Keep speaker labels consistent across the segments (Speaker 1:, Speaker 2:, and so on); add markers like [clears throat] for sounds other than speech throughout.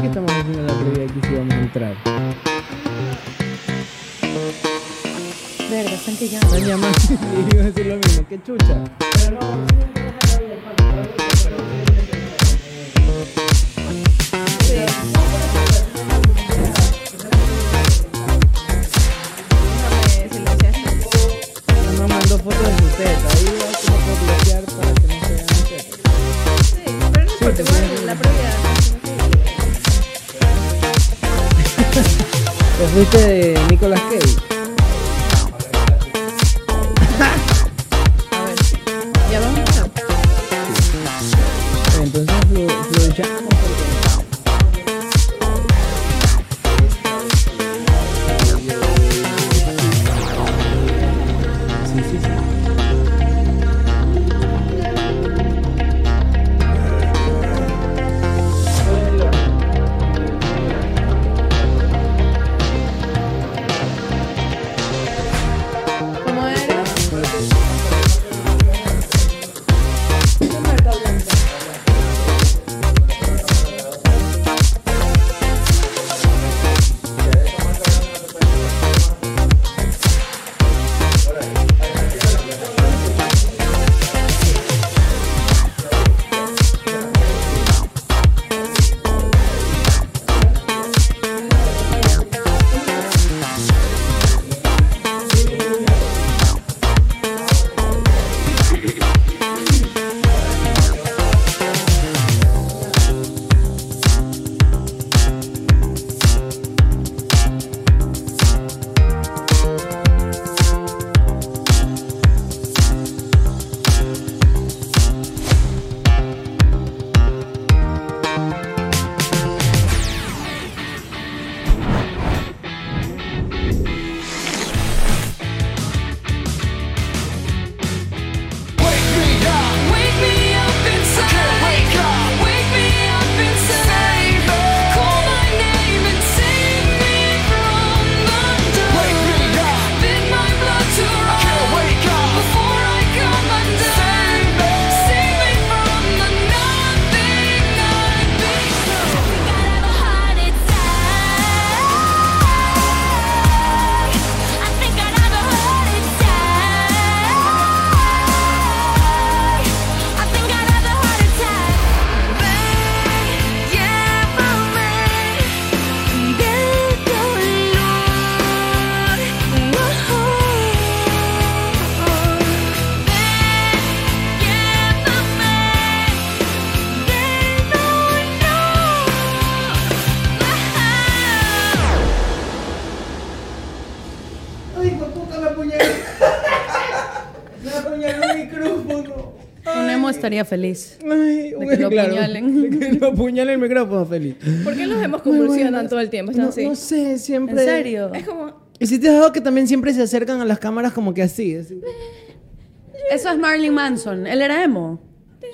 Speaker 1: que estamos haciendo la previa aquí si vamos a entrar.
Speaker 2: Verga, están que ya.
Speaker 1: Están llamando y [laughs] iba a decir lo mismo, qué chucha. Nos mandó fotos de su teta, ahí va como por bloquear para que no se vean las tetas.
Speaker 2: Pero no importa, igual la previa.
Speaker 1: ¿Te fuiste de Nicolas Cage?
Speaker 2: A ver, ya vamos a.
Speaker 1: Entonces lo, lo echamos porque... Sí, sí, sí.
Speaker 2: ¿Cómo era?
Speaker 3: Wake me up inside. Wake up. Wake me up inside. Call my name and save me from the dark. Wake me up. Bid my blood to run. Wake up before I come undone. Save me from the nothing I've become. We gotta have a heart attack. I think I'd have a heart attack. I think I'd have a heart attack. yeah, for me. Get going on. yeah, for me. Get going on.
Speaker 4: ¡Ay, hijo de puta, me apuñalé! ¡Me apuñaló el micrófono!
Speaker 2: Un emo estaría feliz.
Speaker 1: Ay,
Speaker 2: que lo apuñalen.
Speaker 1: De que lo apuñalen el micrófono, Feliz.
Speaker 5: ¿Por qué los hemos convulsionan todo el tiempo? Están
Speaker 1: No,
Speaker 5: así.
Speaker 1: no sé, siempre.
Speaker 2: ¿En serio?
Speaker 5: Es como.
Speaker 1: Y si te has dado que también siempre se acercan a las cámaras como que así. así.
Speaker 2: Eso es Marilyn Manson. Él era emo.
Speaker 1: O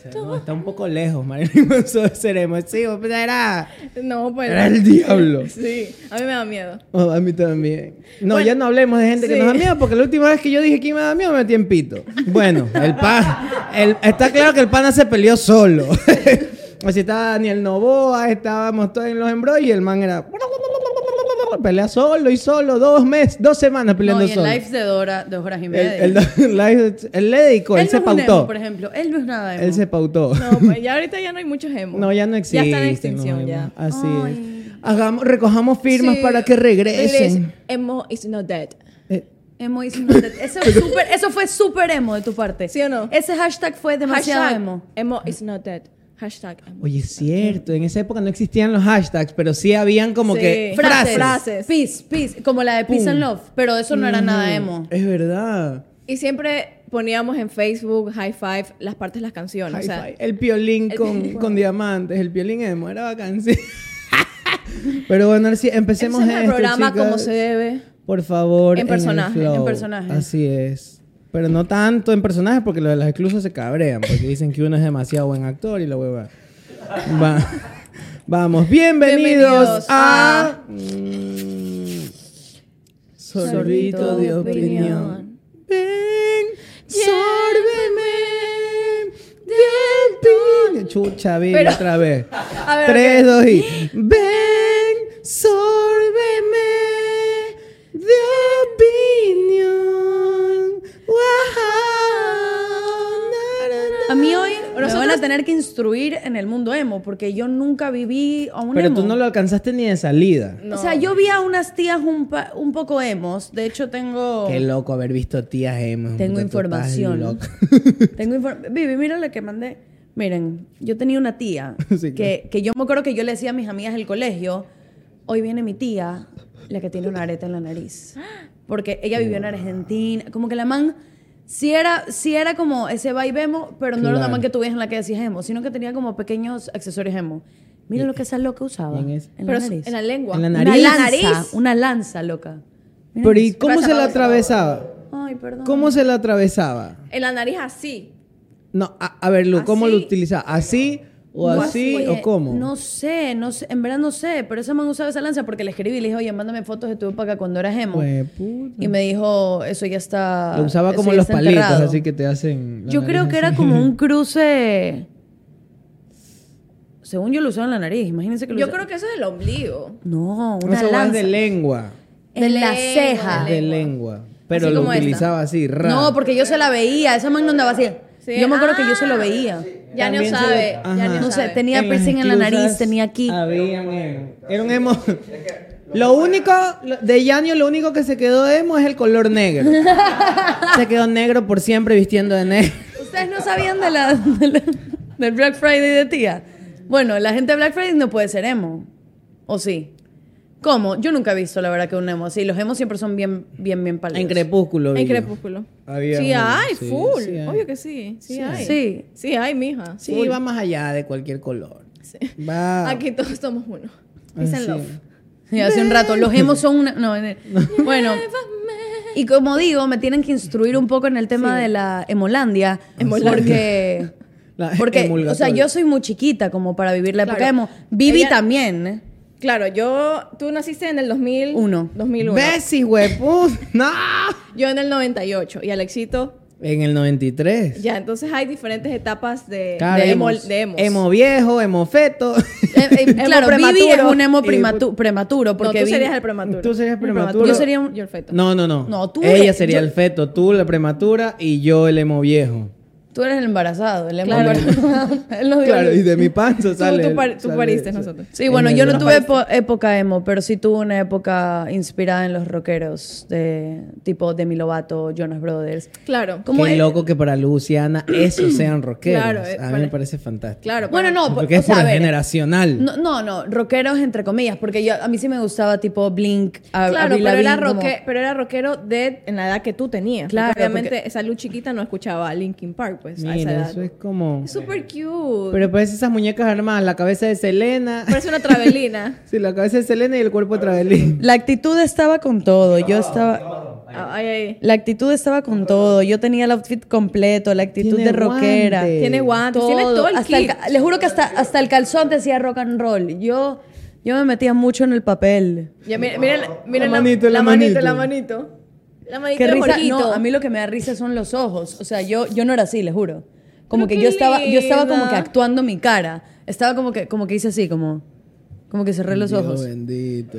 Speaker 1: sea, no, está un poco lejos, [laughs] Marilyn Manson de ser emotivo, pero era,
Speaker 5: No, pues.
Speaker 1: era el diablo.
Speaker 5: Sí, a mí me da miedo.
Speaker 1: Oh, a mí también. No,
Speaker 5: Bueno,
Speaker 1: ya no hablemos de gente que
Speaker 5: sí.
Speaker 1: nos da miedo, porque la última vez que yo dije que me da miedo me metí en pito. Bueno, el pan, el- está claro que el pana se peleó solo. [laughs] Así estaba Daniel Novoa, estábamos todos en los embrollos y el man era... Pelea solo y solo, dos meses, dos semanas
Speaker 2: No,
Speaker 1: peleando
Speaker 2: y el
Speaker 1: solo.
Speaker 2: live de Dora, dos horas y
Speaker 1: El-
Speaker 2: media.
Speaker 1: el- [laughs] el live- él le dedicó, él,
Speaker 2: Él
Speaker 1: se
Speaker 2: no es un emo,
Speaker 1: pautó.
Speaker 2: por ejemplo. Él no es nada emo.
Speaker 1: Él se pautó.
Speaker 5: No, pues ya ahorita ya no hay muchos emo.
Speaker 1: No, ya no existe.
Speaker 5: Ya está en extinción, ya.
Speaker 1: Así es. Hagamos, recojamos firmas
Speaker 5: Sí,
Speaker 1: para que regresen.
Speaker 5: regrese. Emo is not dead.
Speaker 1: Eh,
Speaker 2: Emo is not dead. Eso, es súper- eso fue súper emo de tu parte.
Speaker 5: ¿Sí o no?
Speaker 2: Ese hashtag fue demasiado
Speaker 5: Hashtag
Speaker 2: emo.
Speaker 5: Emo is not dead. Hashtag emo.
Speaker 1: Oye, es cierto, en esa época no existían los hashtags, pero sí habían como
Speaker 5: Sí.
Speaker 1: que frases.
Speaker 5: Frases.
Speaker 2: Peace, peace. Como la de Peace
Speaker 1: Pum. Mm.
Speaker 2: and Love. Pero eso no era nada emo.
Speaker 1: Es verdad.
Speaker 5: Y siempre poníamos en Facebook, high five, las partes de las canciones. o sea,
Speaker 1: Hi-fi. el piolín con, con diamantes, el piolín emo, era vacancia. [laughs] pero bueno, ahora sí, empecemos
Speaker 5: empecemos el
Speaker 1: esto,
Speaker 5: programa
Speaker 1: chicas.
Speaker 5: como se debe.
Speaker 1: Por favor,
Speaker 5: En
Speaker 1: el
Speaker 5: personaje,
Speaker 1: flow.
Speaker 2: en personaje.
Speaker 1: Así es. Pero no tanto en personaje, porque los de las exclusas se cabrean, porque dicen que uno es demasiado buen actor y la hueva. Va. Vamos, bienvenidos,
Speaker 5: Bienvenidos
Speaker 1: a.
Speaker 5: a-
Speaker 1: Mm.
Speaker 2: Sorbito
Speaker 1: Sorbito
Speaker 2: de
Speaker 1: de opinión.
Speaker 2: opinión.
Speaker 1: Ven, sorbeme. Bien, Chucha, vi
Speaker 5: Pero-
Speaker 1: otra vez.
Speaker 2: [laughs] A ver,
Speaker 1: Tres,
Speaker 2: ok.
Speaker 1: dos y. Ven, sórbeme de opinión.
Speaker 2: A mí hoy nos van a
Speaker 5: Nosotros-
Speaker 2: tener que instruir en el mundo emo, porque yo nunca viví a un
Speaker 1: Pero
Speaker 2: emo.
Speaker 1: tú no lo alcanzaste ni de salida.
Speaker 2: O sea, yo vi a unas tías un, pa- un poco emos. De hecho, tengo...
Speaker 1: Qué loco haber visto tías Emma.
Speaker 2: Tengo
Speaker 1: Tú
Speaker 2: información.
Speaker 1: estás loca.
Speaker 2: [laughs] Tengo información. Vivi, mira la que mandé. Miren, yo tenía una tía
Speaker 1: [laughs] Sí,
Speaker 2: que, que yo me acuerdo que yo le decía a mis amigas del colegio, hoy viene mi tía, la que tiene una areta en
Speaker 1: [gasps]
Speaker 2: la nariz. Porque ella vivió en Argentina. Como que la man, si era, sí era como ese vibe emo, pero no era una
Speaker 1: Claro.
Speaker 2: man que tuvieras en la que decías emo, sino que tenía como pequeños accesorios emo. Mira lo que esa loca usaba.
Speaker 1: ¿Y en
Speaker 2: En,
Speaker 1: es-
Speaker 2: la
Speaker 5: Pero
Speaker 2: nariz.
Speaker 5: en la lengua.
Speaker 1: En la
Speaker 2: Una
Speaker 1: nariz.
Speaker 2: lanza, una lanza, loca. Mira
Speaker 1: Pero ¿y
Speaker 2: eso.
Speaker 1: cómo se la
Speaker 5: Pásalo,
Speaker 1: atravesaba?
Speaker 2: Ay, perdón.
Speaker 1: ¿Cómo se la atravesaba?
Speaker 5: En la nariz así.
Speaker 1: No, a, a ver, Lu, ¿cómo lo
Speaker 5: Así.
Speaker 1: utilizaba? ¿Así o
Speaker 2: No,
Speaker 1: así
Speaker 2: oye,
Speaker 1: o cómo?
Speaker 2: No sé, no sé, en verdad no sé, pero esa man usaba esa lanza porque le escribí y le dije, oye, mándame fotos de tu época cuando eras emo.
Speaker 1: Hueputa.
Speaker 2: Y me dijo, eso ya está.
Speaker 1: Lo usaba
Speaker 2: eso
Speaker 1: como
Speaker 2: ya
Speaker 1: los
Speaker 2: está
Speaker 1: palitos,
Speaker 2: enterrado".
Speaker 1: así que te hacen. la
Speaker 2: Yo
Speaker 1: nariz
Speaker 2: creo que era
Speaker 1: así. [laughs]
Speaker 2: como un cruce. Según yo lo usaba en la nariz, imagínense que lo
Speaker 5: Yo
Speaker 2: usaba-
Speaker 5: creo que eso es el ombligo.
Speaker 2: No, una
Speaker 1: Eso va
Speaker 2: lanza.
Speaker 1: de
Speaker 2: Ah.
Speaker 1: lengua.
Speaker 2: en
Speaker 5: De
Speaker 2: la
Speaker 5: lengua,
Speaker 2: ceja.
Speaker 1: Es de lengua. Pero
Speaker 5: Así
Speaker 1: lo
Speaker 5: como esta.
Speaker 1: utilizaba así, raro.
Speaker 2: No, porque yo se la veía, esa man no andaba así.
Speaker 5: Sí,
Speaker 2: Yo me acuerdo que yo
Speaker 5: ah,
Speaker 2: se lo veía.
Speaker 5: Ya no
Speaker 1: También se
Speaker 5: sabe.
Speaker 1: lo-
Speaker 5: Ya
Speaker 1: Ajá.
Speaker 5: no,
Speaker 2: No sé,
Speaker 5: sabe.
Speaker 2: tenía piercing en la nariz, tenía aquí.
Speaker 1: Era un emo. [laughs] Lo único, lo- de Yanio, lo único que se quedó emo es el color
Speaker 2: [laughs]
Speaker 1: negro. se quedó negro por siempre vistiendo de negro.
Speaker 2: ¿Ustedes no sabían de la, de la- del Black Friday de tía? Bueno, la gente de Black Friday no puede ser emo. ¿O sí? ¿Cómo? Yo nunca he visto, la verdad, que un emo. Sí, los emos siempre son bien, bien, bien pálidos.
Speaker 1: En crepúsculo.
Speaker 5: En
Speaker 1: vi yo.
Speaker 5: crepúsculo.
Speaker 1: Había
Speaker 5: sí,
Speaker 1: uno,
Speaker 5: hay,
Speaker 1: sí,
Speaker 5: full.
Speaker 1: sí hay.
Speaker 5: Obvio que sí. Sí, hay.
Speaker 2: Sí.
Speaker 5: Sí, hay, mija.
Speaker 1: Sí,
Speaker 5: full.
Speaker 1: va más allá de cualquier color. Va.
Speaker 5: Aquí todos somos uno.
Speaker 1: así.
Speaker 5: Peace and love.
Speaker 2: Sí, hace un rato. Los emos son una... No,
Speaker 5: [laughs]
Speaker 2: eh, bueno. Y como digo, me tienen que instruir un poco en el tema de la hemolandia.
Speaker 5: [laughs]
Speaker 2: Porque...
Speaker 1: La
Speaker 2: Porque, o sea,
Speaker 1: emulgatoria.
Speaker 2: yo soy muy chiquita como para vivir la época
Speaker 5: Claro.
Speaker 2: emo. Vivi
Speaker 5: Ella-
Speaker 2: también. ¿eh?
Speaker 5: Claro, yo. Tú naciste en el 2000.
Speaker 2: Uno.
Speaker 5: 2001.
Speaker 1: Bessie, huepus. [laughs] ¡No!
Speaker 5: Yo en el 98. Y Alexito.
Speaker 1: En el 93.
Speaker 5: Ya, entonces hay diferentes etapas de,
Speaker 1: Claro,
Speaker 5: de, emo,
Speaker 1: emos.
Speaker 5: de emos.
Speaker 1: Emo viejo, emo feto.
Speaker 2: [laughs] Eh, eh,
Speaker 5: [laughs] Emo
Speaker 2: claro, Vivi es
Speaker 5: prematuro.
Speaker 2: un emo
Speaker 1: Y-
Speaker 2: prematu- prematuro.
Speaker 5: No,
Speaker 2: Porque
Speaker 5: tú
Speaker 2: Vivi-
Speaker 5: serías el prematuro.
Speaker 1: Tú serías
Speaker 5: El
Speaker 1: prematuro.
Speaker 2: Yo sería un-
Speaker 5: Yo el feto.
Speaker 1: No, no, no.
Speaker 2: No, tú
Speaker 1: Ella
Speaker 2: eres-
Speaker 1: sería
Speaker 2: yo-
Speaker 1: el feto, tú la prematura y yo el emo viejo.
Speaker 2: Tú eres el embarazado, el emo
Speaker 5: Claro.
Speaker 2: embarazado. [laughs] Él nos dio
Speaker 1: Claro,
Speaker 2: luz.
Speaker 1: y de mi panza
Speaker 5: Tú-
Speaker 1: sale.
Speaker 5: tú
Speaker 1: el-
Speaker 5: par- tú
Speaker 1: sale-
Speaker 5: pariste
Speaker 1: sale-
Speaker 5: nosotros.
Speaker 2: Sí, bueno,
Speaker 1: en
Speaker 2: yo
Speaker 1: el-
Speaker 2: no tuve epo- época emo, pero sí tuve una época inspirada en los rockeros, de tipo Demi Lovato, Jonas Brothers.
Speaker 5: Claro.
Speaker 2: ¿Cómo
Speaker 1: Qué
Speaker 2: es?
Speaker 1: loco que para Luciana
Speaker 2: [clears throat]
Speaker 1: esos sean rockeros.
Speaker 5: Claro,
Speaker 1: A mí
Speaker 5: eh,
Speaker 1: me
Speaker 5: para-
Speaker 1: parece fantástico.
Speaker 5: Claro.
Speaker 2: Bueno, no, por-
Speaker 1: Porque
Speaker 2: o
Speaker 1: es
Speaker 2: sea,
Speaker 1: por
Speaker 2: a ver,
Speaker 1: generacional.
Speaker 2: No, no, no, rockeros entre comillas, porque yo, a mí sí me gustaba tipo Blink, a-
Speaker 5: Claro,
Speaker 2: Avril
Speaker 5: pero era,
Speaker 2: Lavigne, como-
Speaker 5: roque- pero era rockero de en la edad que tú tenías.
Speaker 2: Claro,
Speaker 5: Claro. Obviamente
Speaker 2: porque-
Speaker 5: esa luz chiquita no escuchaba a Linkin Park, pues, a esa
Speaker 1: Mira,
Speaker 5: edad.
Speaker 1: eso es como.
Speaker 5: Es súper cute.
Speaker 1: Pero parece esas muñecas armadas, la cabeza de Selena. [laughs]
Speaker 5: Parece una travelina.
Speaker 1: Sí, la cabeza de Selena y el cuerpo de Travelín.
Speaker 2: La actitud estaba con todo, yo estaba...
Speaker 5: Ah, ay, ay.
Speaker 2: La actitud estaba con todo, yo tenía el outfit completo, la actitud
Speaker 1: Tiene
Speaker 2: de rockera.
Speaker 1: guantes.
Speaker 5: Tiene
Speaker 2: Ah,
Speaker 5: guantes,
Speaker 2: pues
Speaker 5: tiene todo el
Speaker 2: Eh, hasta
Speaker 5: kit.
Speaker 2: ca- le juro que hasta, hasta el calzón decía rock and roll. Yo, yo me metía mucho en el papel.
Speaker 5: Ya, mira, mira la, mira
Speaker 1: La manito, la manito.
Speaker 5: la manito. La manito
Speaker 2: Qué
Speaker 5: de
Speaker 2: risa.
Speaker 5: Jorgito.
Speaker 2: No, a mí lo que me da risa son los ojos. O sea, yo, yo no era así, les juro. Como
Speaker 5: Pero
Speaker 2: que
Speaker 5: qué
Speaker 2: yo estaba, yo estaba como
Speaker 5: linda.
Speaker 2: que actuando mi cara. Estaba como que, como que hice así, como, como que cerré los
Speaker 1: Dios
Speaker 2: ojos.
Speaker 1: bendito.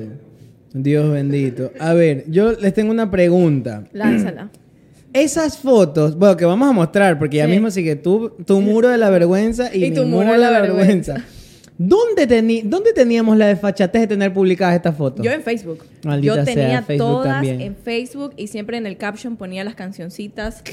Speaker 1: Dios bendito. A ver, yo les tengo una pregunta.
Speaker 5: [clears throat] Lánzala.
Speaker 1: Esas fotos, bueno, que vamos a mostrar, porque ya mismo sigue tu, tu muro de la vergüenza y,
Speaker 5: Y
Speaker 1: mi
Speaker 5: tu
Speaker 1: muro de la vergüenza. ¿Dónde, teni- ¿Dónde teníamos la desfachatez de tener publicadas estas fotos?
Speaker 5: Yo en Facebook.
Speaker 1: Maldita sea,
Speaker 5: yo tenía
Speaker 1: Facebook
Speaker 5: todas
Speaker 1: también.
Speaker 5: en Facebook y siempre en el caption ponía las cancioncitas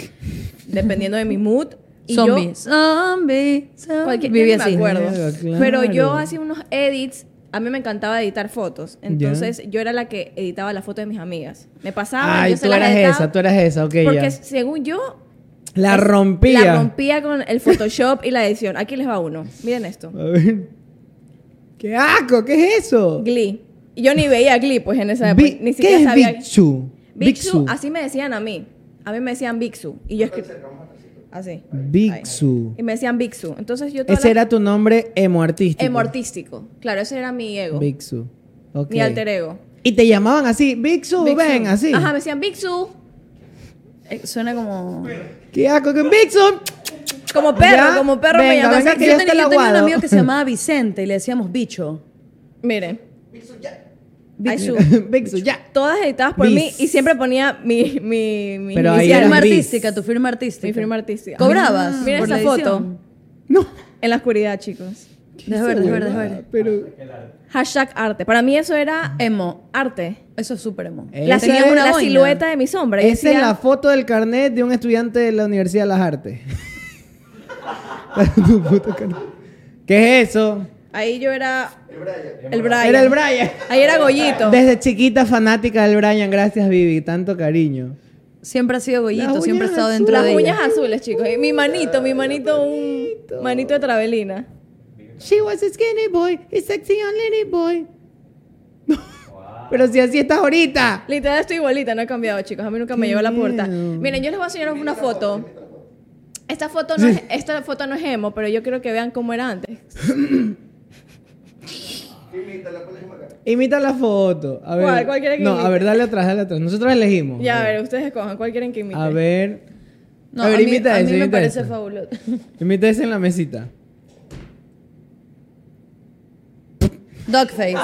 Speaker 5: dependiendo de mi mood. Y yo-
Speaker 2: Zombie, zombie, zombie.
Speaker 5: Cualquier,
Speaker 2: Viví
Speaker 5: yo ni
Speaker 2: así.
Speaker 5: me acuerdo.
Speaker 1: Claro, claro.
Speaker 5: Pero yo hacía unos edits. A mí me encantaba editar fotos. Entonces yo era la que editaba las fotos de mis amigas. Me pasaba.
Speaker 1: Ay,
Speaker 5: yo se
Speaker 1: tú
Speaker 5: las
Speaker 1: eras
Speaker 5: editaba
Speaker 1: esa, tú eras esa, ok,
Speaker 5: Porque
Speaker 1: ya.
Speaker 5: según yo.
Speaker 1: La
Speaker 5: es-
Speaker 1: rompía.
Speaker 5: La rompía con el Photoshop y la edición. Aquí les va uno. Miren esto.
Speaker 1: A ver. ¡Qué asco! ¿Qué es eso?
Speaker 5: Glee. Y Yo ni veía Glee, pues en esa época.
Speaker 1: Bi-
Speaker 5: Ni
Speaker 1: ¿Qué
Speaker 5: siquiera
Speaker 1: es
Speaker 5: sabía.
Speaker 1: Bixu?
Speaker 5: Bixu, así me decían a mí. A mí me decían Bixu. Y yo escribí. Así.
Speaker 1: Bixu.
Speaker 5: Y me decían Bixu. Entonces yo toda
Speaker 1: Ese
Speaker 5: la-
Speaker 1: era tu nombre emo artístico.
Speaker 5: emo artístico. Claro, ese era mi ego.
Speaker 1: Bixu. Ok.
Speaker 5: Mi alter ego.
Speaker 1: Y te llamaban así, Bixu,
Speaker 5: Big
Speaker 1: ven,
Speaker 5: Zoo.
Speaker 1: así.
Speaker 5: Ajá, me decían Big Zoo.
Speaker 2: Eh, Suena como...
Speaker 1: ¡Qué asco! que- ¡Bixu!
Speaker 5: Como perro,
Speaker 1: Ya,
Speaker 5: como perro me
Speaker 1: venga,
Speaker 5: llamaban.
Speaker 1: venga,
Speaker 2: Yo
Speaker 1: que ya está
Speaker 2: tenía,
Speaker 1: el
Speaker 2: yo tenía un
Speaker 1: aguado.
Speaker 2: amigo que [laughs] se llamaba Vicente y le decíamos bicho.
Speaker 5: Miren. Ay, su-
Speaker 1: [laughs] Bixu, ya.
Speaker 5: Todas editadas por mí
Speaker 1: Bis.
Speaker 5: y siempre ponía mi, mi, mi
Speaker 1: Pero ahí
Speaker 2: Tu
Speaker 1: era
Speaker 2: firma
Speaker 1: bis.
Speaker 2: artística, tu firma artística.
Speaker 5: Mi firma artística.
Speaker 2: ¿Cobrabas?
Speaker 5: Mira
Speaker 2: por
Speaker 5: esa
Speaker 2: la
Speaker 5: foto.
Speaker 2: edición?
Speaker 1: No.
Speaker 5: En la oscuridad, chicos.
Speaker 2: De verdad, de verdad, de verdad.
Speaker 1: Pero.
Speaker 5: Hashtag arte. Para mí eso era
Speaker 2: Emo.
Speaker 5: arte.
Speaker 2: Eso es súper emo.
Speaker 1: Eh,
Speaker 5: La,
Speaker 1: Esa
Speaker 5: tenía
Speaker 1: es-
Speaker 5: una
Speaker 2: la
Speaker 5: la
Speaker 2: boina.
Speaker 5: silueta de mi sombra. Y
Speaker 1: Esa es
Speaker 5: decía,
Speaker 1: la foto del carnet de un estudiante de la Universidad de las Artes. [laughs] Tu puto carnet. ¿Qué es eso?
Speaker 5: Ahí yo era... El Brian.
Speaker 1: Era el Brian.
Speaker 5: Ahí era Goyito.
Speaker 1: Desde chiquita fanática del Brian, gracias Vivi, tanto cariño.
Speaker 2: Siempre ha sido gollito,
Speaker 1: Las
Speaker 2: siempre
Speaker 1: uñas
Speaker 2: ha estado
Speaker 1: azules.
Speaker 2: dentro
Speaker 5: Las
Speaker 2: de
Speaker 5: uñas
Speaker 2: ella.
Speaker 5: azules, chicos. Y mi manito, mi manito, un manito de travelina.
Speaker 1: She was a skinny boy, a sexy young little boy. [laughs] Pero si así estás ahorita.
Speaker 5: Literal estoy igualita, no he cambiado, chicos. A mí nunca me llevó la puerta.
Speaker 1: miedo.
Speaker 5: Miren, yo les voy a enseñar una foto. Esta foto no es, esta foto no es emo, pero yo quiero que vean cómo era antes.
Speaker 1: Imita la foto. A ver.
Speaker 5: ¿Cuál? ¿Cuál quiere que
Speaker 1: No,
Speaker 5: imite?
Speaker 1: a ver, dale atrás, dale atrás. Nosotros elegimos.
Speaker 5: Ya, a ver, ustedes escojan cuál quieren que imite.
Speaker 1: A ver.
Speaker 2: No,
Speaker 1: a ver,
Speaker 2: a mí- ah,
Speaker 1: imita
Speaker 2: a
Speaker 1: eso,
Speaker 2: mí me
Speaker 1: imita
Speaker 2: parece
Speaker 1: eso.
Speaker 5: Fabuloso.
Speaker 1: Imita ese en la mesita.
Speaker 2: Dogface.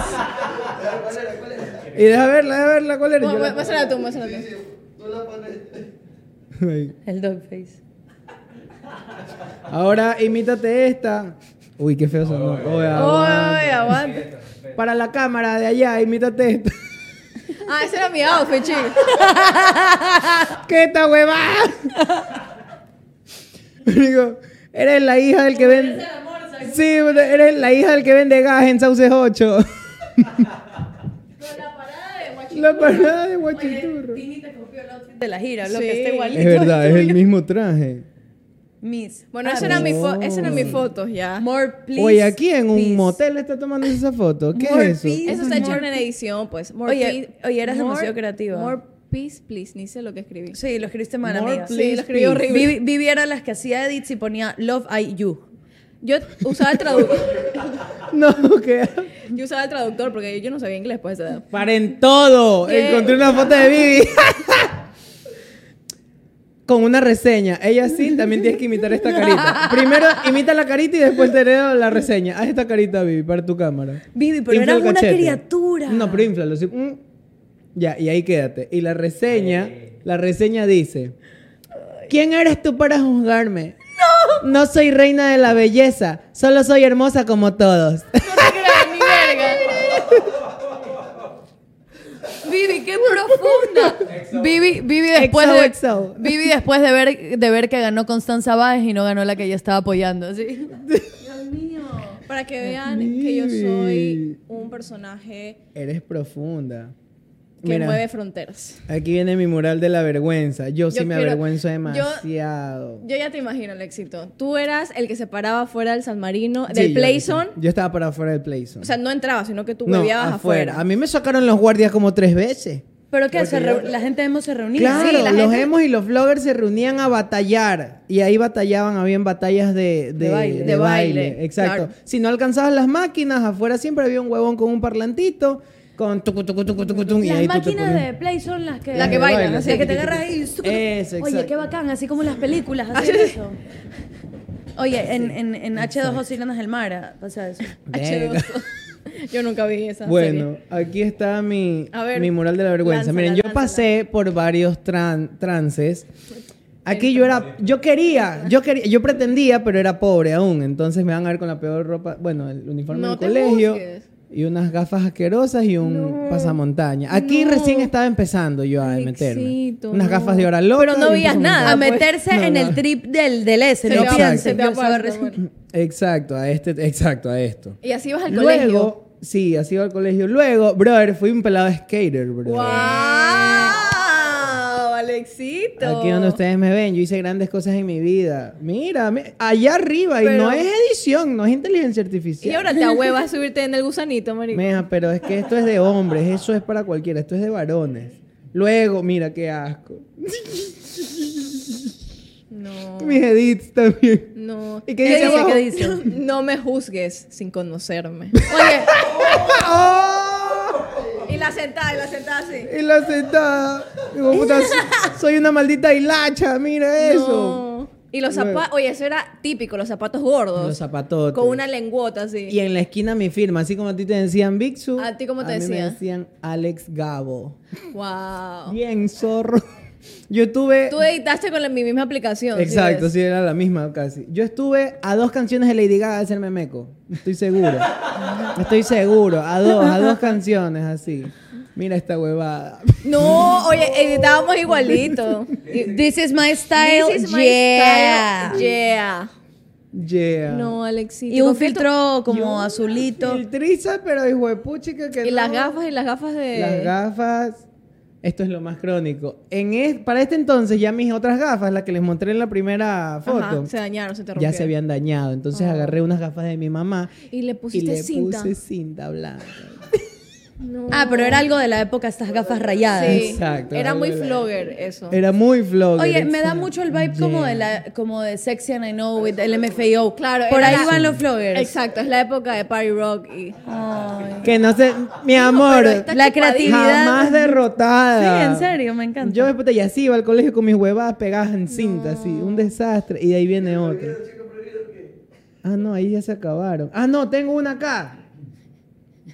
Speaker 1: Y deja verla, deja verla, ¿cuál era? Yo
Speaker 5: Mu-
Speaker 1: la-
Speaker 5: mu- Muéstrala tú, muéstrala tú.
Speaker 1: Ay.
Speaker 2: El dogface.
Speaker 1: Ahora imítate esta. Uy, qué feo sonó. Oye, aguanta.
Speaker 5: Ay, aguanta.
Speaker 1: Para la cámara de allá, imítate esta.
Speaker 5: Ah, ese era mi outfit, chicos.
Speaker 1: ¿Qué esta huevada? [laughs] Digo, eres la hija del que vende. Sí, eres la hija del que vende gas en Sauces 8. [laughs] La parada de Guachiturro.
Speaker 2: De la gira, lo
Speaker 5: Sí.
Speaker 2: que está igualito.
Speaker 1: Es verdad, es el mismo traje.
Speaker 2: Miss.
Speaker 5: Bueno,
Speaker 2: Ah,
Speaker 5: esa era mi fo-
Speaker 1: Oh.
Speaker 5: esa era mi foto, ya.
Speaker 2: More please.
Speaker 1: Oye, aquí en un
Speaker 2: please.
Speaker 1: motel está tomando esa foto. ¿Qué
Speaker 2: More
Speaker 1: es eso?
Speaker 2: peace.
Speaker 5: Eso está hecho en edición, pues. More
Speaker 2: Oye,
Speaker 5: please-
Speaker 2: oye, eras demasiado creativa.
Speaker 5: More peace, please. Ni sé lo que escribí.
Speaker 2: Sí, lo escribiste mal,
Speaker 1: More
Speaker 2: amiga.
Speaker 1: please,
Speaker 2: sí, lo escribí
Speaker 1: please.
Speaker 2: horrible. Vivi, Vivi era las que hacía edits y ponía Love I You.
Speaker 5: Yo usaba el traductor.
Speaker 1: No, [laughs] ¿qué?
Speaker 5: yo usaba el traductor porque yo no sabía inglés, pues. ¿verdad?
Speaker 1: Paren todo.
Speaker 5: ¿Qué?
Speaker 1: Encontré una foto de Vivi. [laughs] Con una reseña. Ella sí, también tienes que imitar esta carita. Primero imita la carita y después te leo la reseña. Haz esta carita, Vivi, para tu cámara.
Speaker 2: Vivi, pero
Speaker 1: Infla
Speaker 2: eras
Speaker 1: el
Speaker 2: una
Speaker 1: cachete.
Speaker 2: criatura.
Speaker 1: No, pero inflalo. sí. Mm. Ya, y ahí quédate. Y la reseña, la reseña dice: ¿Quién eres tú para juzgarme? ¡No! No soy reina de la belleza, solo soy hermosa como todos. [laughs]
Speaker 2: Vivi, qué profunda. Vivi, Vivi después de
Speaker 1: XOXO.
Speaker 2: Vivi después de ver de ver que ganó Constanza Báez y no ganó la que ella estaba apoyando, así.
Speaker 5: Para que vean que yo soy
Speaker 1: Vivi.
Speaker 5: un personaje
Speaker 1: Eres profunda.
Speaker 5: que
Speaker 1: Mira.
Speaker 5: mueve fronteras.
Speaker 1: Aquí viene mi mural de la vergüenza. Yo, sí
Speaker 5: Yo
Speaker 1: me
Speaker 5: quiero-
Speaker 1: avergüenzo
Speaker 5: yo-
Speaker 1: demasiado.
Speaker 5: Yo ya te imagino el éxito. Tú eras el que se paraba fuera del San Marino,
Speaker 1: Sí, yo-
Speaker 5: del Playzone.
Speaker 1: Yo, estaba para afuera del Playzone.
Speaker 5: O sea, no entrabas, sino que tú
Speaker 1: no,
Speaker 5: hueveabas
Speaker 1: afuera.
Speaker 5: afuera. [laughs]
Speaker 1: A mí me sacaron los guardias como tres veces.
Speaker 2: Pero que se reu- la gente hemos se reunía.
Speaker 1: Claro,
Speaker 2: sí, la
Speaker 1: los
Speaker 2: gente-
Speaker 1: emos y los vloggers se reunían a batallar. Y ahí batallaban, habían batallas de, de-
Speaker 2: De baile.
Speaker 1: de
Speaker 2: De
Speaker 1: baile,
Speaker 5: baile,
Speaker 1: Exacto.
Speaker 5: claro.
Speaker 1: Si no alcanzabas las máquinas, afuera siempre había un huevón con un parlantito, con tucu, tucu, tucu, tucu, tum, y
Speaker 2: Las
Speaker 1: ahí tú te
Speaker 2: máquinas
Speaker 1: ponías-
Speaker 2: de play son las que
Speaker 1: Las que bailan, así.
Speaker 2: las que te
Speaker 5: [laughs]
Speaker 2: agarras ahí. zucu, zucu.
Speaker 1: Eso,
Speaker 2: Oye,
Speaker 1: exacto.
Speaker 2: qué bacán, así como en las películas, así eso. Oye, en, en, en H2O Sirenas del Mar ah, pasa eso.
Speaker 1: Verga.
Speaker 5: [laughs] Yo nunca vi esa
Speaker 1: Bueno,
Speaker 5: serie.
Speaker 1: aquí está mi,
Speaker 5: A ver,
Speaker 1: mi mural de la vergüenza.
Speaker 5: lánzala,
Speaker 1: Miren, yo
Speaker 5: lánzala.
Speaker 1: pasé por varios tran- trances. Aquí yo era, yo quería, yo quería, yo pretendía, pero era pobre aún. Entonces me van a ver con la peor ropa, bueno, el uniforme
Speaker 5: No
Speaker 1: del
Speaker 5: te
Speaker 1: colegio
Speaker 5: juzgues.
Speaker 1: y unas gafas asquerosas y un pasamontaña. Aquí
Speaker 5: no.
Speaker 1: recién estaba empezando yo a meterme.
Speaker 5: Éxito,
Speaker 1: unas
Speaker 5: no.
Speaker 1: gafas de hora loca.
Speaker 5: Pero no
Speaker 1: y un
Speaker 5: veías nada.
Speaker 2: a
Speaker 5: Ah, pues.
Speaker 2: meterse
Speaker 1: No,
Speaker 2: en
Speaker 1: no.
Speaker 2: el trip del, del S,
Speaker 5: Se
Speaker 2: no
Speaker 5: te va- se
Speaker 2: piensen.
Speaker 5: te va
Speaker 2: yo
Speaker 5: a
Speaker 2: saber-
Speaker 5: pasar, bueno.
Speaker 1: pasamontaña. Exacto, a este, exacto, a esto.
Speaker 5: Y así ibas al colegio.
Speaker 1: Luego, sí, así iba al colegio. Luego, brother, fui un pelado skater, brother.
Speaker 5: ¡Wow! Alexito.
Speaker 1: Aquí donde ustedes me ven, yo hice grandes cosas en mi vida. Mira, mi- allá arriba, y
Speaker 5: Pero-
Speaker 1: no es edición, no es inteligencia artificial.
Speaker 5: Y ahora te ahuevas a subirte en el gusanito, marico.
Speaker 1: Meja, pero es que esto es de hombres, eso es para cualquiera, esto es de varones. Luego, mira qué asco.
Speaker 5: No.
Speaker 1: Mis edits
Speaker 5: [laughs]
Speaker 1: también.
Speaker 5: No.
Speaker 1: ¿Y qué dice abajo?
Speaker 5: ¿Qué dice? [laughs] No me juzgues sin
Speaker 1: [laughs]
Speaker 5: conocerme. y la sentada, y la sentada así.
Speaker 1: ¡Oh! Y la sentada. Digo, puta, soy una maldita hilacha, mira eso.
Speaker 5: No. Y los zapatos, oye, eso era típico, los zapatos gordos.
Speaker 1: Los zapatotes.
Speaker 5: Con una lenguota así.
Speaker 1: Y en la esquina mi firma, así como a ti te decían Bixu.
Speaker 5: ¿A ti cómo
Speaker 1: mí
Speaker 5: te
Speaker 1: me
Speaker 5: decían?
Speaker 1: decían Alex Gabo.
Speaker 5: Wow.
Speaker 1: Bien, zorro. [laughs] Yo estuve.
Speaker 5: Tú editaste con la, mi misma aplicación. ¿sí
Speaker 1: Exacto,
Speaker 5: ves?
Speaker 1: sí, era la misma casi. Yo estuve a dos canciones de Lady Gaga de hacerme meco. Estoy
Speaker 5: [laughs]
Speaker 1: seguro. Estoy seguro. A dos, a dos canciones así. Mira esta huevada.
Speaker 5: No, oye,
Speaker 1: [laughs]
Speaker 5: editábamos igualito.
Speaker 2: This is my style.
Speaker 5: This is my
Speaker 2: yeah.
Speaker 5: style, yeah.
Speaker 1: Yeah.
Speaker 5: No, Alexito.
Speaker 2: Y un
Speaker 5: confieso-
Speaker 2: filtro como azulito.
Speaker 1: Filtriza, pero hijo de puchica que
Speaker 5: Y
Speaker 1: no.
Speaker 5: las gafas, y las gafas de.
Speaker 1: Las gafas. Esto es lo más crónico. En es- para este entonces ya mis otras gafas, las que les montré en la primera foto,
Speaker 5: Ajá, se dañaron, se te
Speaker 1: ya
Speaker 5: rompieron.
Speaker 1: se habían dañado. Entonces
Speaker 2: Ah.
Speaker 1: agarré unas gafas de mi mamá
Speaker 5: Y le
Speaker 1: y
Speaker 5: pusiste
Speaker 1: le
Speaker 5: cinta.
Speaker 1: puse cinta blanca.
Speaker 2: Ah, pero era algo de la época, estas gafas rayadas.
Speaker 5: Sí.
Speaker 1: Exacto,
Speaker 5: Era
Speaker 1: algo
Speaker 5: muy
Speaker 1: de la- Eh,
Speaker 5: flogger eso.
Speaker 1: Era muy flogger.
Speaker 2: Oye, me da
Speaker 1: exacto.
Speaker 2: mucho el vibe como de la como de Sexy and I Know with el MFAO.
Speaker 5: Claro,
Speaker 2: por
Speaker 5: era
Speaker 2: ahí
Speaker 5: la-
Speaker 2: van los flowers.
Speaker 5: Exacto, es la época de party rock y.
Speaker 1: Que no sé, mi amor.
Speaker 5: está
Speaker 2: la
Speaker 5: chupadita.
Speaker 2: creatividad.
Speaker 1: Jamás derrotada.
Speaker 2: Sí, en serio, me encanta.
Speaker 1: Ah, Yo puta, y así iba al colegio con mis huevadas pegadas en cinta, así, un desastre. Y de ahí viene otro. Ah, no, ahí ya se acabaron. Ah, no, tengo una acá.